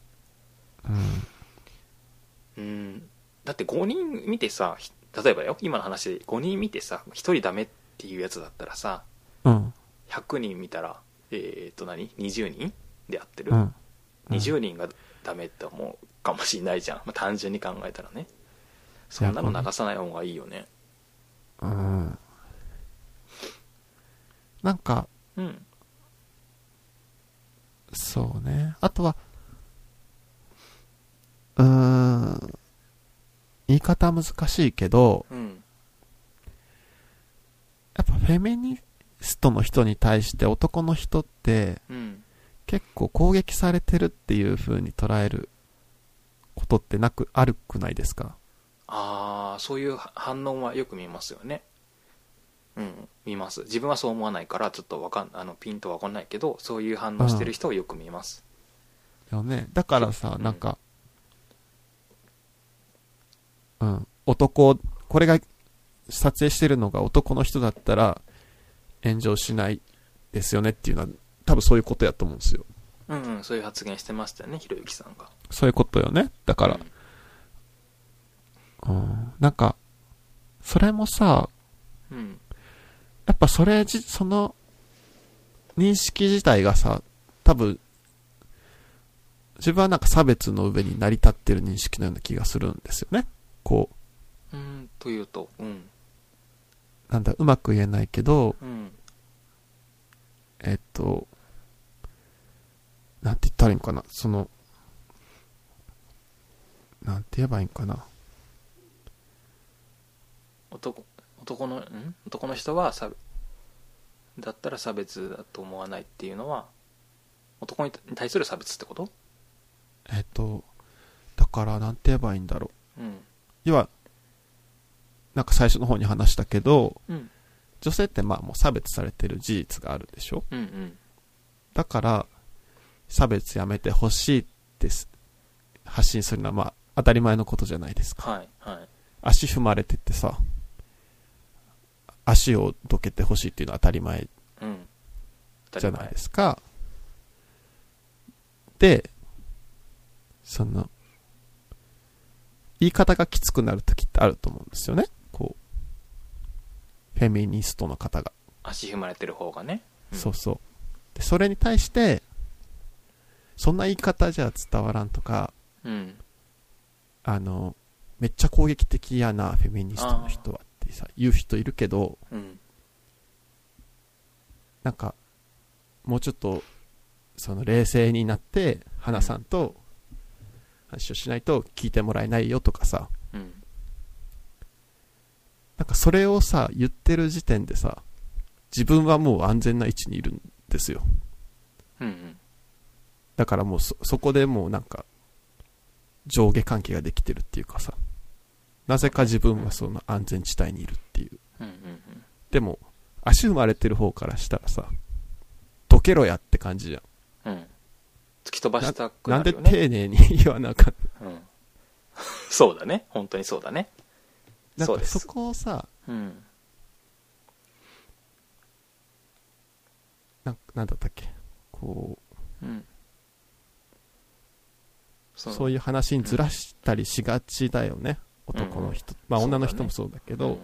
S2: うん
S1: うんだって5人見てさひ例えばよ今の話で5人見てさ1人ダメっていうやつだったらさ
S2: うん。
S1: 100人見たらえー、っと何20人でやってる、
S2: うん。
S1: 20人がダメって思うかもしれないじゃん、まあ単純に考えたらねそんなの流さない方がいいよね
S2: うん。なんか、
S1: うん
S2: そうね。あとは、うーん。言い方難しいけど、
S1: うん
S2: やっぱフェミニストの人に対して男の人って
S1: うん
S2: 結構攻撃されてるっていう風に捉えることってなく、あるくないですか
S1: ああそういう反応はよく見ますよねうん見ます自分はそう思わないからちょっとわかんあのピンとわかんないけどそういう反応してる人をよく見ます、
S2: よね。だからさ、なんか、うん、男、これが撮影してるのが男の人だったら炎上しないですよねっていうのは多分そういうことやと思うんですよ。
S1: うん、うんそういう発言してましたよねひろゆきさんが
S2: そういうことよね。だから、うん、なんか、それもさ、
S1: うん、うん
S2: やっぱそれじ、その、認識自体がさ、多分、自分はなんか差別の上に成り立ってる認識のような気がするんですよね。こう、
S1: うんというとうん
S2: なんだ、うまく言えないけど、
S1: うん
S2: えっと、なんて言ったらいいんかな、その、なんて言えばいいんかな。
S1: 男男のん男の人は差だったら差別だと思わないっていうのは男に対する差別ってこと
S2: えっと、だから、なんて言えばいいんだろう。
S1: うん
S2: 要は、なんか最初の方に話したけど、
S1: うん
S2: 女性ってまあもう差別されてる事実があるでしょ
S1: うんうん
S2: だから、差別やめてほしいです。発信するのはまあ当たり前のことじゃないですか。
S1: はいはい
S2: 足踏まれてってさ、足をどけてほしいっていうのは当たり前
S1: うん
S2: じゃないですすか。で、その、言い方がきつくなるときってあると思うんですよね。こう、フェミニストの方が。
S1: 足踏まれてる方がねうん
S2: そうそう。で、それに対して、そんな言い方じゃ伝わらんとか、
S1: うん
S2: あの、めっちゃ攻撃的やな、フェミニストの人はってさ、言う人いるけど、
S1: うん
S2: なんか、もうちょっと、その冷静になって、花さんと話をしないと聞いてもらえないよとかさ、
S1: うん
S2: なんかそれをさ、言ってる時点でさ、自分はもう安全な位置にいるんですよ。
S1: うんうん
S2: だからもうそ、そこでもうなんか、上下関係ができてるっていうかさ、なぜか自分はその安全地帯にいるっていう。
S1: うんうん
S2: でも、足踏まれてる方からしたらさ、どけろやって感じじゃん。
S1: うんうん突き飛ばしたく
S2: な
S1: なん
S2: で
S1: るよね
S2: 丁寧に 言わなあかっ
S1: うん そうだね本当にそうだね
S2: た。
S1: そ
S2: な
S1: うんで
S2: か
S1: す
S2: そこをさ、
S1: うん
S2: なんなんだったっけこう、
S1: うんそ
S2: そういう話にずらしたりしがちだよね。男の人。まあ
S1: そうだ
S2: 女
S1: ね
S2: の人もそうだけ
S1: う
S2: ど
S1: ん、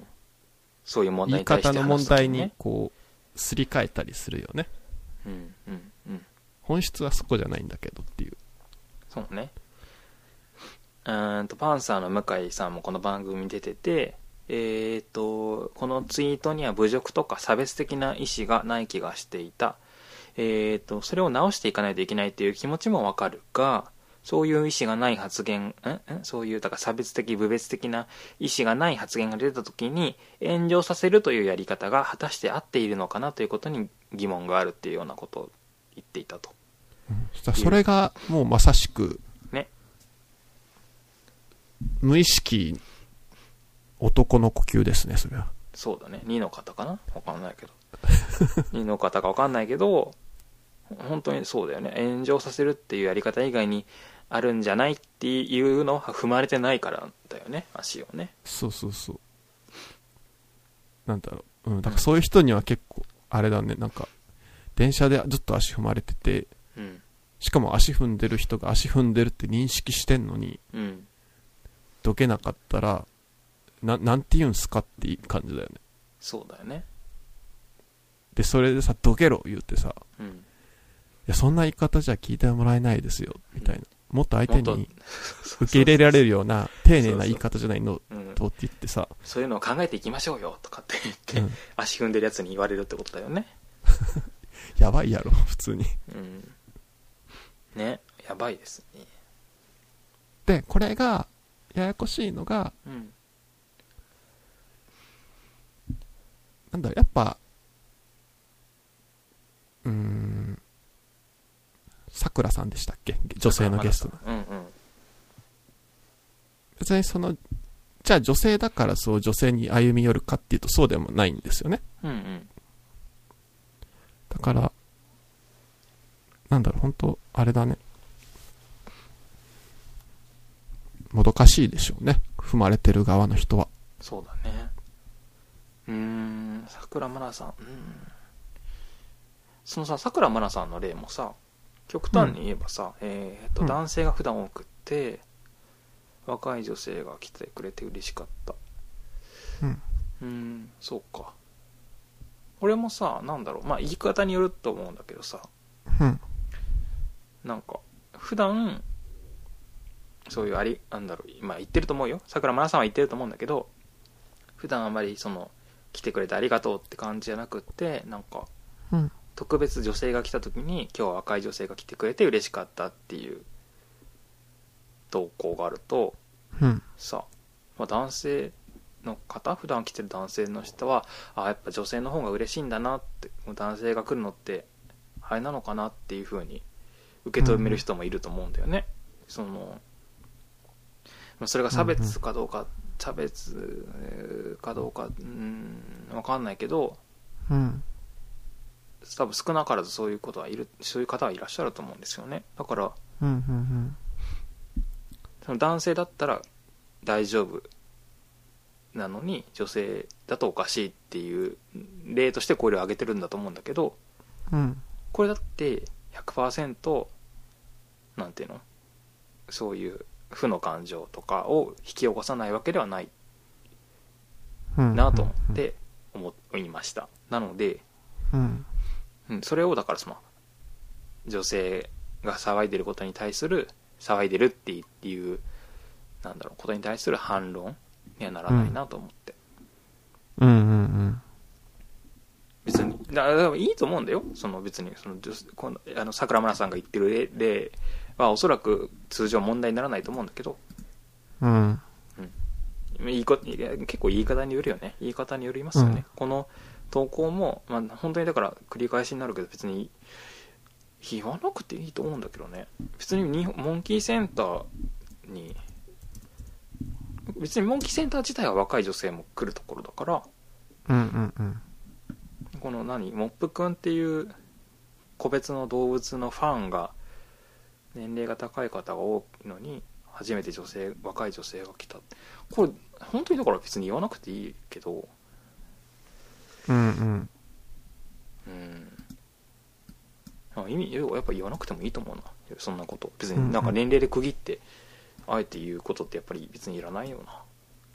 S1: そういう問題
S2: 言い
S1: に対して
S2: 方の
S1: 話
S2: 問
S1: すとき
S2: 題にこう、すり替えたりするよね。
S1: うんうんうん
S2: 本質はそこじゃないんだけどっていう。
S1: そうねうーんとパンサーの向井さんもこの番組に出ててえー、とこのツイートには侮辱とか差別的な意思がない気がしていた、えー、とそれを直していかないといけないという気持ちもわかるがそういう意思がない発言んんそういうだから差別的部別的な意思がない発言が出た時に炎上させるというやり方が果たして合っているのかなということに疑問があるっていうようなことを言っていたと
S2: そそれがもうまさしく、
S1: ね
S2: 無意識、男の呼吸ですね、それは。
S1: そうだね2の方かなわかんないけ ど2の方かわかんないけど本当にそうだよね炎上させるっていうやり方以外にあるんじゃないっていうのは踏まれてないからだよね足をね
S2: そうそうそう。なんだろう。うん、だからそういう人には結構、あれだね、なんか、電車でずっと足踏まれてて、
S1: うん
S2: しかも足踏んでる人が足踏んでるって認識してんのに、
S1: うん
S2: どけなかったら、な、なんて言うんすかっていう感じだよね。
S1: そうだよね
S2: で、それでさ、どけろ言ってさ、
S1: うん
S2: いや、そんな言い方じゃ聞いてもらえないですよ、みたいな。もっと相手
S1: もっ
S2: に
S1: と
S2: 受け入れられるような、丁寧な言い方じゃないの、
S1: うん
S2: とって言ってさ、
S1: そういうのを考えていきましょうよとかって言って、
S2: うん
S1: 足踏んでるやつに言われるってことだよね
S2: やばいやろ、 普通に。
S1: うんねやばいですね
S2: で、これが、ややこしいのが、
S1: うん
S2: なんだろう、やっぱ、うーん、さくらさんでしたっけ女性のゲストの。
S1: うんうん
S2: 別にその、じゃあ女性だからそう女性に歩み寄るかっていうとそうでもないんですよね。
S1: うんうん
S2: だから、なんだろう、本当あれだね。もどかしいでしょうね。踏まれてる側の人は。
S1: そうだねうーんさくらまなさんうんそのささくらまなさんの例もさ極端に言えばさ、えーっと
S2: うん
S1: 男性が普段多くって、若い女性が来てくれて嬉しかった
S2: うん。
S1: うーんそうか俺もさなんだろうまあ言い方によると思うんだけどさ
S2: うん。
S1: なんか普段そういうありなんだろうまあ言ってると思うよさくらまなさんは言ってると思うんだけど普段あんまりその来てくれてありがとうって感じじゃなくってなんか
S2: うん。
S1: 特別女性が来た時に今日は若い女性が来てくれて嬉しかったっていう投稿があると
S2: うん。
S1: さ、まあ、男性の方普段来てる男性の人はあやっぱ女性の方が嬉しいんだなってもう男性が来るのってあれなのかなっていうふうに受け止める人もいると思うんだよね、そのまあそれが差別かどうか、差別えーかどうかうん分かんないけど
S2: うん。
S1: 多分少なからずそういうことはいるそういう方はいらっしゃると思うんですよねだから
S2: うん。うん。
S1: その男性だったら大丈夫なのに女性だとおかしいっていう例としてこれを挙げてるんだと思うんだけど
S2: うん。
S1: これだって100%なんていうのそういう負の感情とかを引き起こさないわけではない
S2: うん。
S1: なと思って思いましたなので、
S2: うん。
S1: うん、それをだからその女性が騒いでることに対する騒いでるっていうなんだろうことに対する反論にはならないなと思って、
S2: うん。うん。うん。
S1: 別にだだからいいと思うんだよその別にその女このあの桜村さんが言ってる例例はおそらく通常問題にならないと思うんだけど
S2: うん。
S1: いいこいや結構言い方によるよね言い方によりますよね、
S2: うん
S1: この投稿も、まあ、本当にだから繰り返しになるけど別に言わなくていいと思うんだけどね別に日本モンキーセンターに別にモンキーセンター自体は若い女性も来るところだから
S2: うんうんうん。
S1: この何モップくんっていう個別の動物のファンが年齢が高い方が多いのに初めて女性若い女性が来たこれ本当にだから別に言わなくていいけど
S2: うんうん。
S1: うんあ意味やっぱ言わなくてもいいと思うなそんなこと別
S2: うんう
S1: に
S2: ん
S1: なんか年齢で区切ってあえて言うことってやっぱり別にいらないよな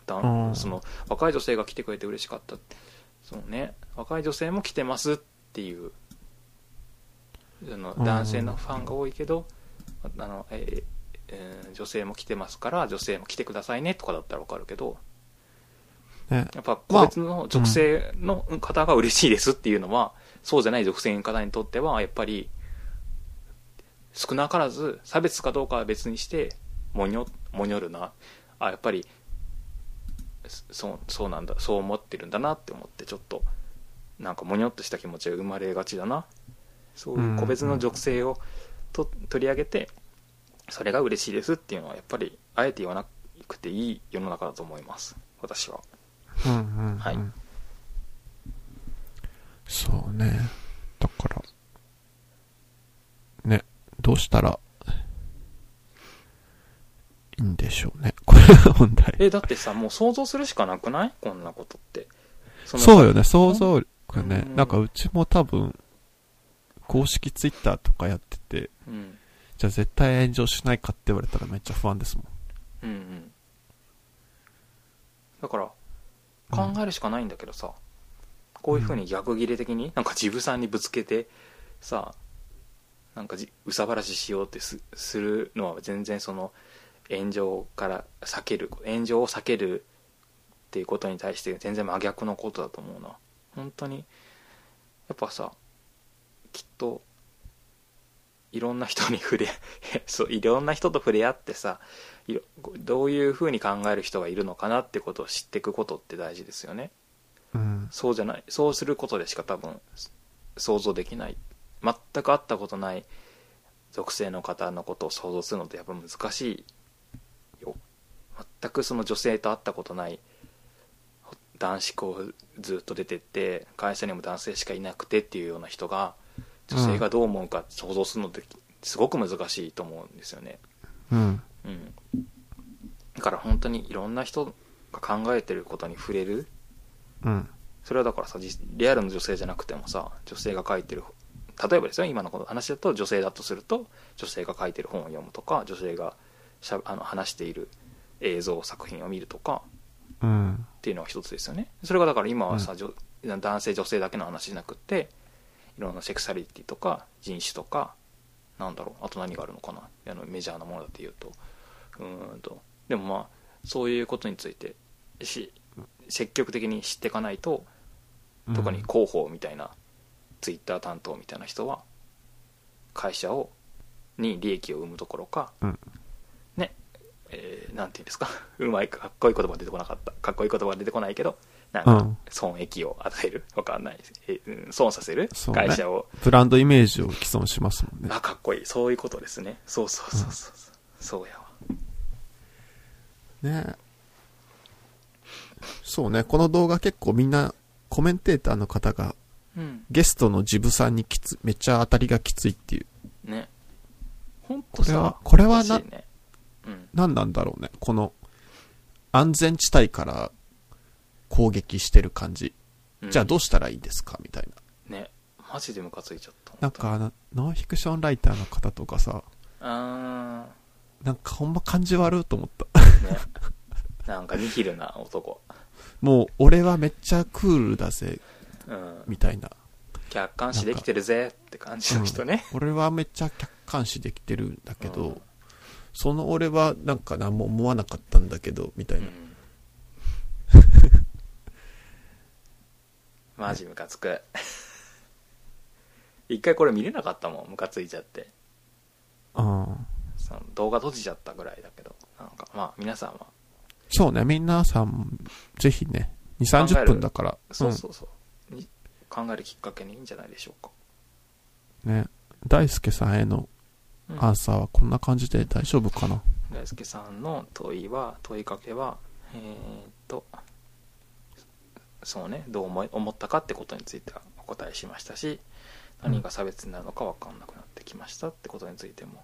S1: だ
S2: うん
S1: その若い女性が来てくれて嬉しかったってそのね若い女性も来てますっていうあの
S2: うん
S1: 男性のファンが多いけどあの、えーえー女性も来てますから女性も来てくださいねとかだったら分かるけど
S2: ね。
S1: やっぱ個別の属性の方が嬉しいですっていうのは、そうじゃない属性の方にとってはやっぱり少なからず差別かどうかは別にしてもにょもにょるなあやっぱりそそうそうなんだそう思ってるんだなって思ってちょっとなんかもにょっとした気持ちが生まれがちだなそういう個別の属性をと取り上げてそれが嬉しいですっていうのはやっぱりあえて言わなくていい世の中だと思います私は。
S2: うんうん、うん。
S1: はい。
S2: そうね。だから、ね、どうしたら、いいんでしょうね。 これが問題。
S1: えだってさもう想像するしかなくないこんなことってそ
S2: そうよね、想像力ね
S1: う。ん
S2: なんかうちも多分、公式ツイッターとかやってて、
S1: うん、
S2: じゃあ絶対炎上しないかって言われたらめっちゃ不安ですもん。
S1: うんうんだから考えるしかないんだけどさ、こういうふうに逆切れ的になんかジブさんにぶつけてさなんかじうさばらししようってすするのは全然その炎上から避ける炎上を避けるっていうことに対して全然真逆のことだと思うな本当にやっぱさきっといろんな人に触れ そういろんな人と触れ合ってさいろどういうふうに考える人がいるのかなってことを知っていくことって大事ですよね
S2: うん。
S1: そうじゃないそうすることでしか多分想像できない全く会ったことない属性の方のことを想像するのってやっぱ難しいよ全くその女性と会ったことない男子校ずっと出てって会社にも男性しかいなくてっていうような人が女性がどう思うか想像するのってすごく難しいと思うんですよね、
S2: うん。
S1: うん、だから本当にいろんな人が考えてることに触れる
S2: うん。
S1: それはだからさ実リアルの女性じゃなくてもさ女性が書いてる例えばですよ今のこの話だと女性だとすると女性が書いてる本を読むとか女性がしゃあの話している映像作品を見るとか
S2: うん。
S1: っていうのが一つですよねそれがだから今はさ、
S2: うん
S1: じょ男性女性だけの話じゃなくっていろんなセクシャリティとか人種とかなんだろうあと何があるのかなあのメジャーなものだっていうとうーんとでもまあそういうことについてし積極的に知っていかないと特に広報みたいな、ツイッター担当みたいな人は会社をに利益を生むどころか
S2: うん。
S1: ね、えーなんて言うんですか、 うまいか、かっこいい言葉出てこなかった。かっこいい言葉出てこないけど、なん
S2: う
S1: か
S2: ん、
S1: 損益を与える、わかんない、えーうん損させる
S2: そうね
S1: 会社を、
S2: ブランドイメージを既存しますもんね。
S1: あ、かっこいい、そういうことですね。そうそうそうそう。そうそうやわ。
S2: ねそうね、この動画結構みんなコメンテーターの方が
S1: うん。
S2: ゲストのジブさんにきつ、めっちゃ当たりがきついっていう。
S1: ね。ほんとさ、
S2: これは
S1: おかしいね、うん。
S2: 何なんだろうね、この安全地帯から攻撃してる感じ。
S1: うん
S2: じゃあどうしたらいいですかみたいな。
S1: ね。マジでムカついちゃった。
S2: なんかあの、ノンフィクションライターの方とかさ、
S1: あ
S2: なんかほんま感じ悪いと思った。
S1: ー、ね。なんかニヒルな男。
S2: もう俺はめっちゃクールだぜ、
S1: うん。
S2: みたいな。
S1: 客観視できてるぜって感じの人ね。
S2: うん俺はめっちゃ客観視できてるんだけど、
S1: うん
S2: その俺はなんか何も思わなかったんだけどみたいな、
S1: うんマジムカつく一回これ見れなかったもんムカついちゃって
S2: うん
S1: その動画閉じちゃったぐらいだけどなんかまあ皆さんは
S2: そうねみんなさんぜひね2 3
S1: 考え
S2: 0
S1: る
S2: 分だから
S1: そうそうそう、に考えるきっかけにいいんじゃないでしょうか。
S2: ね。大輔さんへの
S1: うん
S2: アンサーはこんな感じで大丈夫かな、
S1: 大輔さんの問いは問いかけはえーっとそうねどう思い思ったかってことについてはお答えしましたし
S2: うん
S1: 何が差別になるのか分かんなくなってきましたってことについても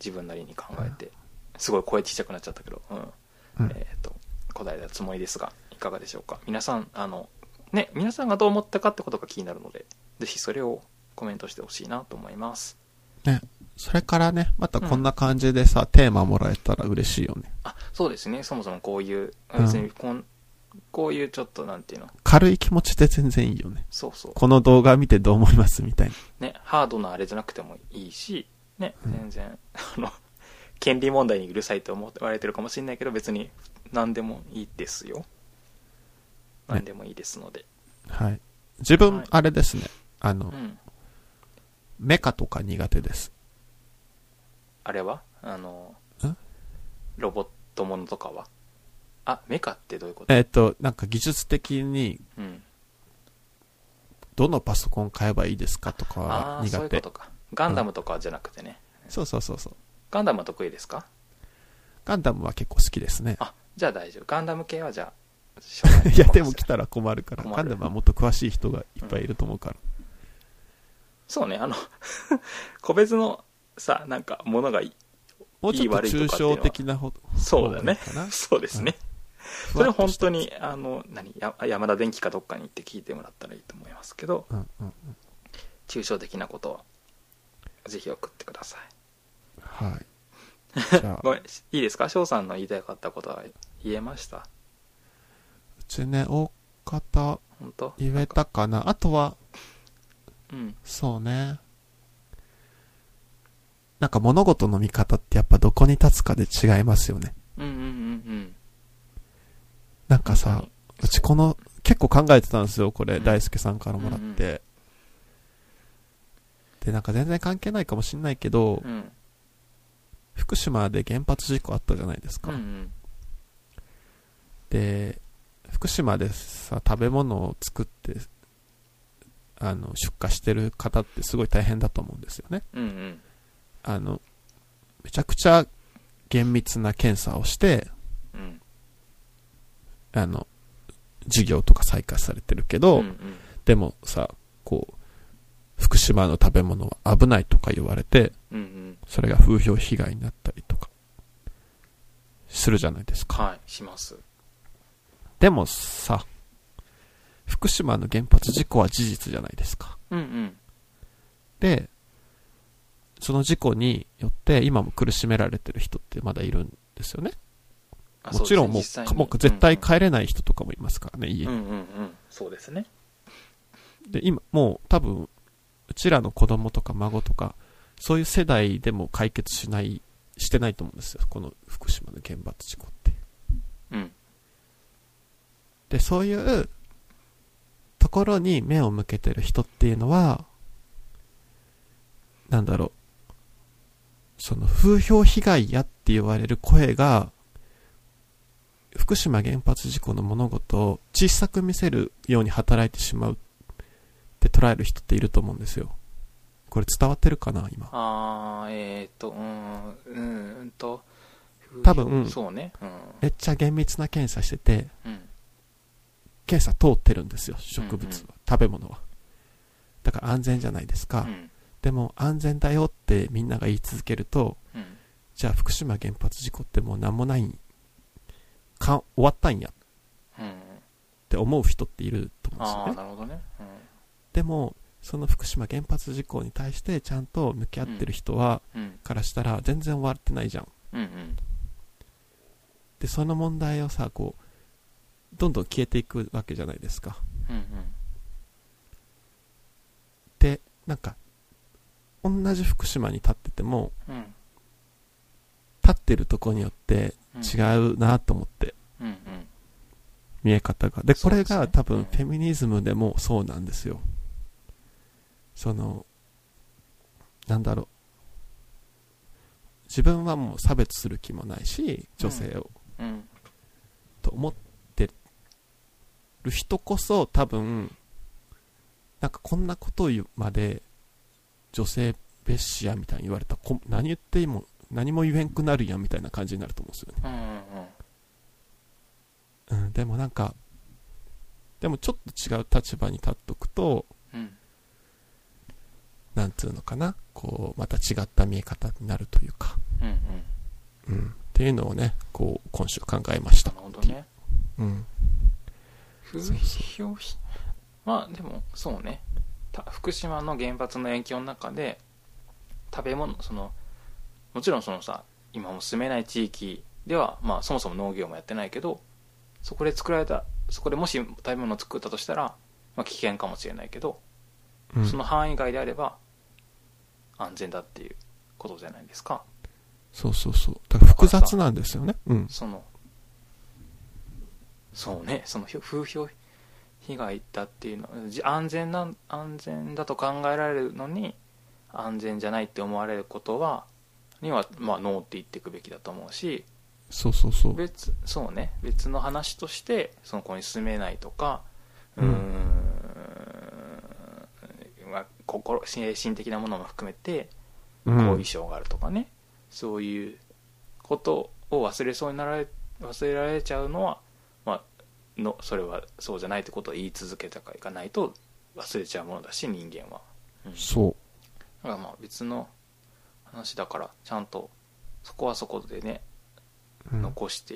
S1: 自分なりに考えてすごい声ちっちゃくなっちゃったけど、うん
S2: うん
S1: えーっと答えたつもりですがいかがでしょうか皆さんあのね皆さんがどう思ったかってことが気になるので是非それをコメントしてほしいなと思います
S2: ね。それからね、またこんな感じでさ、テーマもらえたら嬉しいよね。
S1: あそうですねそもそもこういう
S2: うん
S1: 別にこんこういうちょっとなんていうの
S2: 軽い気持ちで全然いいよね。
S1: そうそう
S2: この動画見てどう思いますみたいな。
S1: ねハードなあれじゃなくてもいいしね
S2: うん
S1: 全然、 あの権利問題にうるさいと思われてるかもしれないけど別に何でもいいですよ何でもいいですので、
S2: はい。自分、
S1: はい
S2: あれですね。あの、
S1: うん、
S2: メカとか苦手です。
S1: あれはあの
S2: ん
S1: ロボットものとかはあメカってどういうこと、
S2: えっ、と、なんか技術的に
S1: うん、
S2: どのパソコン買えばいいですかとか
S1: あ
S2: は
S1: あー
S2: 苦
S1: そういう
S2: 手。
S1: ことかガンダムとかじゃなくてね、
S2: そうそうそうそう。
S1: ガンダムは得意ですか
S2: ガンダムは結構好きですね。
S1: あじゃあ大丈夫ガンダム系はじゃあしょうがな
S2: いや、でも来たら困るから、
S1: 困る
S2: ガンダムはもっと詳しい人がいっぱいいると思うから。
S1: そうねあの 個別のさなんかものがいい
S2: もうち
S1: い
S2: ょっと
S1: い悪いとか
S2: 抽
S1: っていうのは
S2: 象的なほ
S1: そうだね
S2: そうかな
S1: そうですね、それ本当にあの何や山田電機かどっかに行って聞いてもらったらいいと思いますけど
S2: うんうんうん。
S1: 抽象的なことはぜひ送ってください
S2: はい。じゃあ、
S1: ご
S2: う
S1: めんいいですか翔さんの言いたかったことは言えました
S2: ちね、大方
S1: 本当
S2: 言えたかな。あとは、
S1: うん
S2: そうね。なんか物事の見方ってやっぱどこに立つかで違いますよね。
S1: うんうんうんうん
S2: なんかさ、うちこの、結構考えてたんですよ、これ、
S1: うん
S2: 大輔さんからもらっ
S1: う
S2: て。で、なんか全然関係ないかもしんないけど
S1: う、ん
S2: 福島で原発事故あったじゃないです
S1: う
S2: か。
S1: んうん
S2: で、福島でさ、食べ物を作って、あの、出荷してる方ってすごい大変だと思うんですよね。
S1: うんうん
S2: あの、めちゃくちゃ厳密な検査をして、
S1: うん
S2: あの、事業とか再開されてるけど、
S1: うんうん
S2: でもさ、こう、福島の食べ物は危ないとか言われて、
S1: うんうん
S2: それが風評被害になったりとか、するじゃないですか。
S1: はいします
S2: でもさ、福島の原発事故は事実じゃないですか。
S1: うんうん
S2: で、その事故によって今も苦しめられてる人ってまだいるんですよね。
S1: あ
S2: もちろんも
S1: そうですね実際
S2: う、
S1: に
S2: もう絶対帰れない人とかもいますからね、家
S1: う
S2: に
S1: んうんうんうんそうですね
S2: で、今、もう多分、うちらの子供とか孫とか、そういう世代でも解決しない、してないと思うんですよ。この福島の原発事故って。
S1: うん
S2: で、そういうところに目を向けてる人っていうのは、なんだろう。その風評被害やって言われる声が、福島原発事故の物事を小さく見せるように働いてしまうって捉える人っていると思うんですよ。これ伝わってるかな今。
S1: あーえー、っとうーんうーんと
S2: 多分
S1: そうねうん
S2: めっちゃ厳密な検査してて、
S1: うん
S2: 検査通ってるんですよ。植物は、
S1: うんうん
S2: 食べ物は。だから安全じゃないですか。
S1: うん
S2: でも安全だよってみんなが言い続けると、
S1: うん
S2: じゃあ福島原発事故ってもうなんもないん、か、終わったんやっ
S1: うん
S2: て思う人っていると思うんです
S1: ああ
S2: よね。
S1: なるほどねうん
S2: でも、その福島原発事故に対してちゃんと向き合ってる人は、
S1: うん
S2: からしたら全然終わってないじゃん。
S1: うんうん
S2: で、その問題をさ、こう、どんどん消えていくわけじゃないですか。
S1: うん
S2: で、なんか、同じ福島に立ってても、
S1: うんうん
S2: 立ってるとこによって
S1: うん
S2: 違うなと思って、
S1: うんうん
S2: 見え方が。で、
S1: そ
S2: こ
S1: うで
S2: れ
S1: すね
S2: が多
S1: うん
S2: 分フェミニズムでもそうなんですよ。その、なんだろう。自分はもう差別する気もないし、女性を、
S1: うん
S2: と思ってる人こそ多分、なんかこんなことを言うまで、女性蔑視やみたいに言われたらこ何言っても、何も言えんくなるやんみたいな感じになると思うんですよね。
S1: うんうん
S2: うん、でもなんか、でもちょっと違う立場に立っとくと、
S1: うん
S2: なんつうのかな、こう、また違った見え方になるというか、
S1: うんうん
S2: うん、っていうのをね、こう、今週考えまし
S1: な
S2: た。
S1: るほどね
S2: うん。
S1: 風評被まあでもそうねた福島の原発の影響の中で食べ物そのもちろんそのさ今も住めない地域ではまあそもそも農業もやってないけどそこで作られたそこでもし食べ物を作ったとしたら、まあ、危険かもしれないけど、
S2: うん
S1: その範囲外であれば安全だっていうことじゃないですか
S2: そうそうそう。だから複雑なんですよね。うん。
S1: そのそうねそのひょ風評被害だっていうのじ安全なん安全だと考えられるのに安全じゃないって思われることはには、まあ、ノーって言っていくべきだと思うし
S2: そうそうそう。
S1: 別そうね別の話としてその子に住めないとかうーん
S2: う
S1: まあ心精神的なものも含めて
S2: う
S1: 後遺
S2: ん。
S1: 症があるとかね、そういうことを忘れそうになられ忘れられちゃうのは、まあ、のそれはそうじゃないってことを言い続けたかいかないと忘れちゃうものだし人間は、うん、だ
S2: そう。
S1: からまあ別の話だからちゃんとそこはそこでね
S2: うん
S1: 残して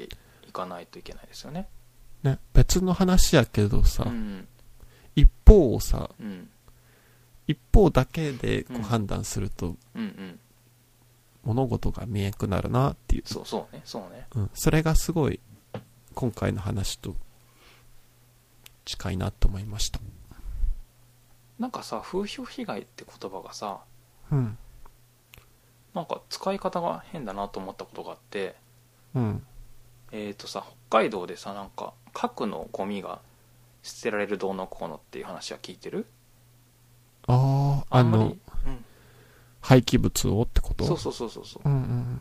S1: いかないといけないですよね
S2: ね、別の話やけどさ、
S1: うん
S2: 一方をさ、
S1: うん
S2: 一方だけでこ
S1: うん
S2: う判断すると、
S1: うんうん
S2: 物事が見えんくなるなっていう。
S1: そうそうねそうね
S2: うん、それがすごい今回の話と近いなと思いました、
S1: なんかさ風評被害って言葉がさ
S2: うん
S1: なんか使い方が変だなと思ったことがあって
S2: うん、
S1: えー、とさ北海道でさなんか核のゴミが捨てられるどうのこうのっていう話は聞いてる
S2: あああ
S1: んまり
S2: の
S1: うん、
S2: 廃棄物をってこと
S1: そうそうそうそうそう
S2: うんう
S1: う
S2: ん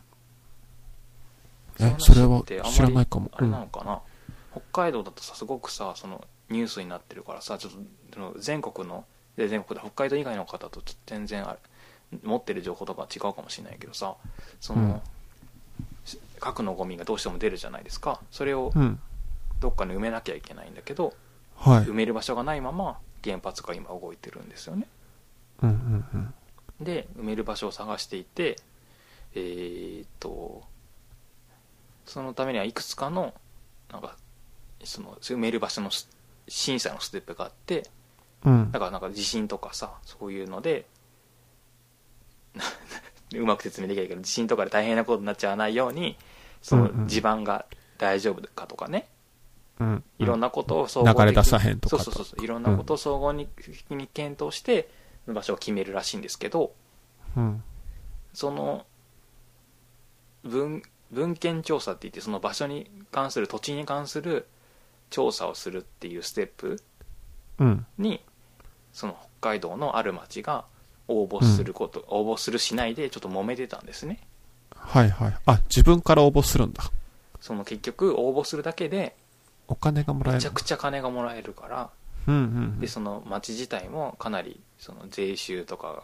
S2: え
S1: 話
S2: それ
S1: っ
S2: は
S1: てあんまり
S2: 知らないかも
S1: あれなのかな、北海道だとさすごくさそのニュースになってるからさちょっとその全国ので全国で北海道以外の方とちょっと全然あれ持ってる情報とか違うかもしれないけどさその、
S2: うん
S1: し核のゴミがどうしても出るじゃないですかそれを
S2: うん、うん、
S1: どっかに埋めなきゃいけないんだけど、
S2: はい
S1: 埋める場所がないまま原発が今動いてるんですよね
S2: うんうんうん
S1: で埋める場所を探していてえーっとそのためにはいくつかのなんかその埋める場所のス審査のステップがあって
S2: うん
S1: だからなんか地震とかさそういうので うまく説明できないけど地震とかで大変なことになっちゃわないようにそ
S2: うんう
S1: の
S2: ん
S1: 地盤が大丈夫かとかね、
S2: うん
S1: いろんなことを総合的に
S2: 流れ出さへんとかと
S1: そうそうそうそういろんなことを総合に,、に検討して場所を決めるらしいんですけど
S2: うん
S1: その文文献調査って言ってその場所に関する土地に関する調査をするっていうステップ
S2: うん
S1: にその北海道のある町が応募すること、応募するしないでちょっと揉めてたんですね
S2: はいはいあ自分から応募するんだ
S1: その結局応募するだけで
S2: お金がもらえ
S1: め
S2: る
S1: ちゃくちゃ金がもらえるから
S2: うんうん
S1: でその町自体もかなりその税収とか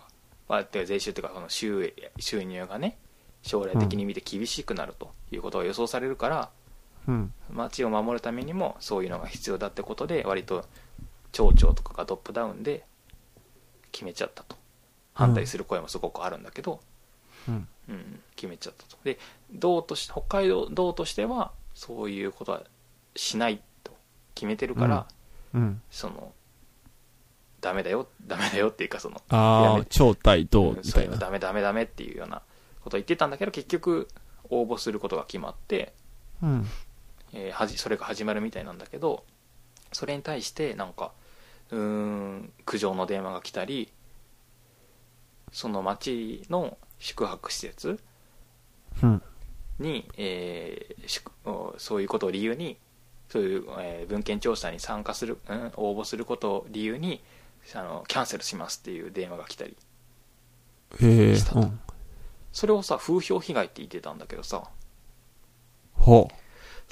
S1: があて税収というかその収益収入がね将来的に見て厳しくなるということが予想されるから、
S2: うん
S1: 町を守るためにもそういうのが必要だってことで割と町長とかがトップダウンで決めちゃったと反対する声もすごくあるんだけど、
S2: うん
S1: うん、決めちゃったとで道とし北海道道としてはそういうことはしないと決めてるから、
S2: うんうん
S1: そのダメだよダメだよっていうかその
S2: ああ超大道
S1: うん
S2: み
S1: そ
S2: た
S1: うい
S2: いう
S1: の
S2: な
S1: ダメダメダメっていうようなことを言ってたんだけど結局応募することが決まって、
S2: うん
S1: えーはじそれが始まるみたいなんだけどそれに対してなんかうーん苦情の電話が来たりその町の宿泊施設
S2: うん
S1: に、えー宿おそういうことを理由にそういう、えー文献調査に参加する、うん、応募することを理由にあのキャンセルしますっていう電話が来たり
S2: へえ
S1: したと
S2: うん
S1: それをさ風評被害って言ってたんだけどさ
S2: ほう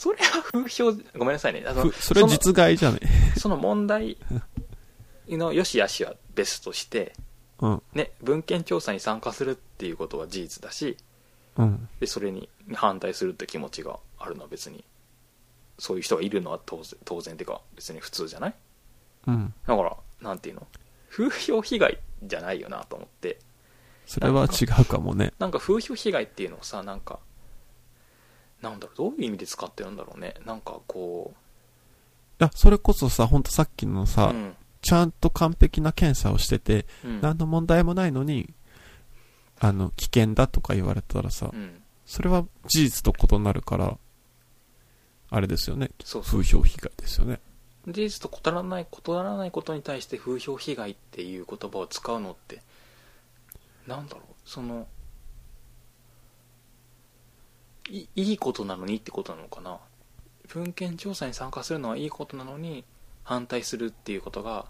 S1: それは風評ごめんなさいねあの
S2: ふそれは
S1: の
S2: 実害じゃね
S1: その問題の良し悪しは別として、
S2: うん。
S1: ね、文献調査に参加するっていうことは事実だし
S2: うん。
S1: でそれに反対するって気持ちがあるのは別にそういう人がいるのは当然当然っていうか別に普通じゃない
S2: うん。
S1: だからなんていうの風評被害じゃないよなと思って
S2: それは違うかもね。
S1: なんか風評被害っていうのをさなんかなんだろうどういう意味で使ってるんだろうねなんかこ
S2: いや、それこそさ、ほんとさっきの
S1: う、う
S2: さ、
S1: ん
S2: ちゃんと完璧な検査をしてて、
S1: うん
S2: 何の問題もないのに、あの、危険だとか言われたらさ
S1: う、ん、
S2: それは事実と異なるから、あれですよね。
S1: そうそう
S2: 風評被害ですよね。
S1: 事実と異ならない異ならないことに対して風評被害っていう言葉を使うのってなんだろうそのいいいことなのにってことなのかな文献調査に参加するのはいいことなのに反対するっていうことが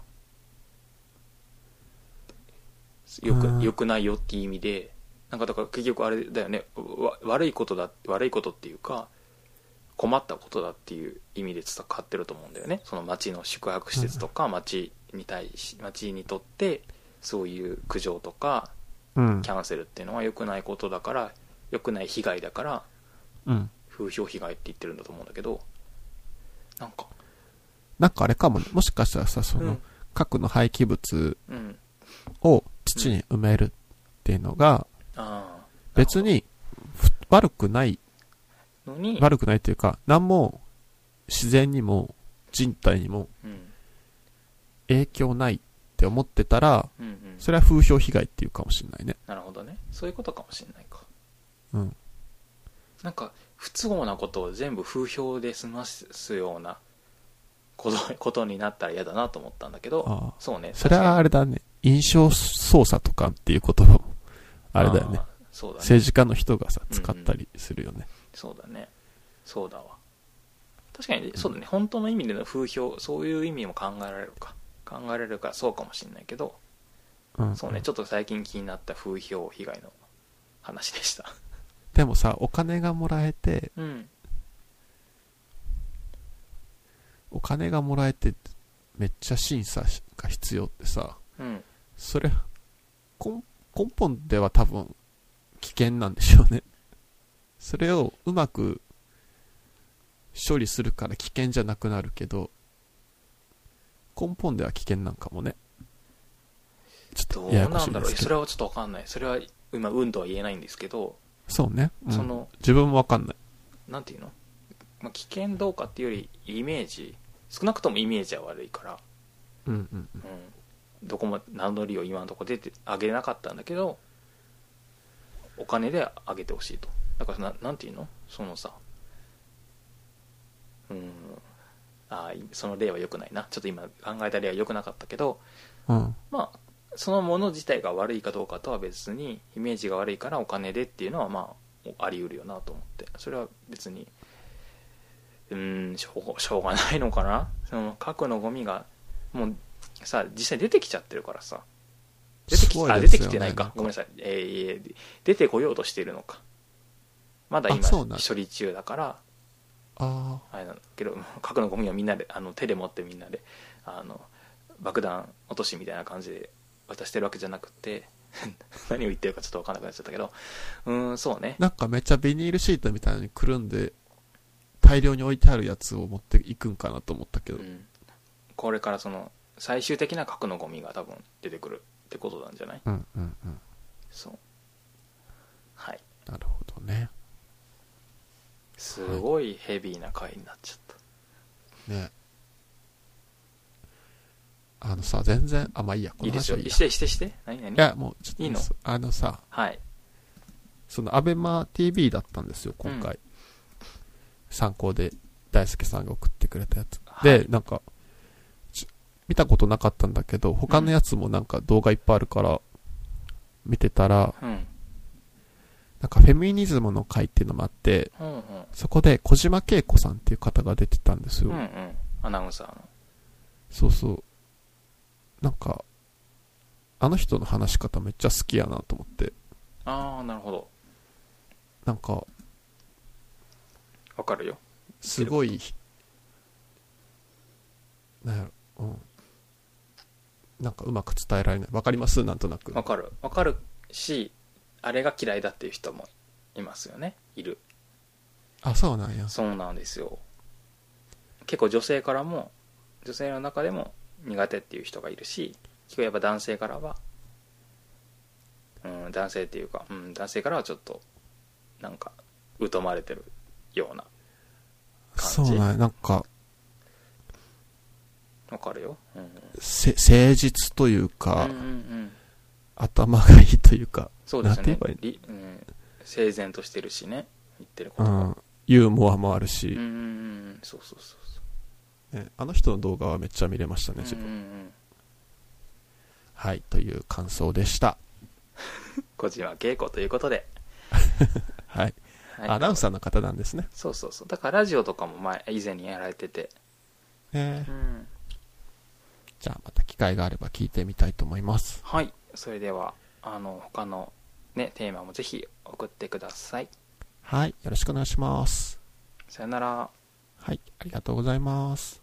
S1: よ
S2: うん
S1: くよくないよっていう意味でなんかだから結局あれだよねわ悪いことだ悪いことっていうか困ったことだっていう意味で伝わってると思うんだよねその町の宿泊施設とか町に対し町にとってそういう苦情とか
S2: うん
S1: キ。ャンセルっていうのは良くないことだから良くない被害だから
S2: うん。
S1: 風評被害って言ってるんだと思うんだけどなんか
S2: なんかあれかもね。もしかしたらさ、そ
S1: うん
S2: の、核の廃棄物
S1: うん
S2: を土に埋めるっていうのが、
S1: ああ
S2: 別にふ悪くない、
S1: のに、
S2: 悪くないというか、何も自然にも人体にも
S1: うん、
S2: 影響ないって思ってたら、
S1: うんうん
S2: それは風評被害っていうかもしれないね。
S1: なるほどねそういうことかもしれないか
S2: うん。
S1: なんか不都合なことを全部風評で済ますようなこと ことになったら嫌だなと思ったんだけど
S2: ああ。
S1: そうね
S2: それはあ
S1: れ
S2: れだね。印象操作とかっていう言葉も、あれだよね。
S1: そうだね
S2: 政治家の人がさ、使ったりするよね。
S1: そうだねそうだわ確かにそうだね本当の意味での風評そういう意味も考えられるか考えられるからそうかもしれないけど
S2: うん。
S1: そうねちょっと最近気になった風評被害の話でした
S2: でもさ、お金がもらえて、
S1: うん
S2: お金がもらえてめっちゃ審査が必要ってさ
S1: うん
S2: それ根根本では多分危険なんでしょうね それをうまく処理するから危険じゃなくなるけど根本では危険なんかもねちょ
S1: ど
S2: っ
S1: う
S2: とや
S1: な
S2: やこしい
S1: んだ
S2: で
S1: ろう
S2: すけ
S1: それ
S2: ど
S1: はちょっと分かんないそれは今運動は言えないんですけど、
S2: そうね、うん
S1: その
S2: 自分もわかんない
S1: なんていうの、まあ、危険どうかっていうよりイメージ少なくともイメージは悪いから、
S2: うんうんうん
S1: うん、どこも名乗りを今のところ出てあげなかったんだけどお金であげてほしいとだからななんていうのそのさうんあーいその例は良くないなちょっと今考えた例は良くなかったけど
S2: うん
S1: まあそのもの自体が悪いかどうかとは別にイメージが悪いからお金でっていうのはまああり得るよなと思ってそれは別にうーんしょうしょうがないのかなその核のゴミがもうさ実際出てきちゃってるからさ出てき,、
S2: すご
S1: あ
S2: です
S1: 出
S2: よね
S1: てきてないかごめんなさい、えーいえ出てこようとしてるのかまだ
S2: あ
S1: 今
S2: そうなん
S1: 処理中だから
S2: あ
S1: あれなんだけど 核のゴミをみんなであの手で持ってみんなであの爆弾落としみたいな感じで渡してるわけじゃなくて 何を言ってるかちょっと分かんなくなっちゃったけどうーんそうね
S2: あなんかめっちゃビニールシートみたいなのにくるんで大量に置いてあるやつを持っていくんかなと思ったけ
S1: う
S2: ど、
S1: ん、これからその最終的な核のゴミが多分出てくるってことなんじゃない
S2: うんうんうん。
S1: そうはい
S2: なるほどね。
S1: すごいヘビーな回になっちゃった
S2: ね。あのさ、全然、あ、まあいいや、こ
S1: いい
S2: の
S1: です
S2: 話は
S1: よ
S2: いいや。
S1: してしてして何何
S2: いや、もう、ちょっと
S1: いいの
S2: あのさ、
S1: はい
S2: その、アベマ TV だったんですよ、今回。参考で、大輔さんが送ってくれたやつ。
S1: はい
S2: で、なんか、ちょ見たことなかったんだけど、他のやつもなんか動画いっぱいあるから、見てたら、
S1: うん
S2: なんかフェミニズムの回っていうのもあって、
S1: うんうん
S2: そこで小島恵子さんっていう方が出てたんですよ。
S1: うんうんアナウンサーの
S2: そうそう。なんか、あの人の話し方めっちゃ好きやなと思って。
S1: ああなるほど
S2: なんか、
S1: わかるよ
S2: すごい、なんやろ、うん。なんかうまく伝えられない。わかりますなんとなく。
S1: わかるわかるしあれが嫌いだっていう人もいますよねいる
S2: あ、そうなんや。
S1: そうなんですよ結構女性からも女性の中でも苦手っていう人がいるし結構やっぱ男性からはうん男性っていうか、うん、男性からはちょっとなんか疎まれてるような
S2: そ
S1: 感
S2: う
S1: じ
S2: なんや。なんか、
S1: わかるよ、うんうん、
S2: せ、誠実というか、
S1: うんうんうん
S2: 頭がいいというか、
S1: そうですよ
S2: なん
S1: ね
S2: て言えばいい
S1: りうん、整然としてるしね言ってるこ
S2: う
S1: とが
S2: ん、ユーモアもある
S1: うんうん
S2: し、
S1: うんそうそうそうそう
S2: ねあの人の動画はめっちゃ見れましたね、自
S1: うん
S2: 分。
S1: うんうん
S2: はい、という感想 でした。
S1: 個人は稽古ということで、
S2: はい。
S1: はい
S2: アナウンサーの方なんですね。
S1: そうそうそうだからラジオとかも前以前にやられてて
S2: え
S1: う
S2: ー
S1: ん
S2: じゃあまた機会があれば聞いてみたいと思います。
S1: はいそれではあの他のねテーマもぜひ送ってください
S2: はい、よろしくお願いします。
S1: さよなら
S2: はい、ありがとうございます。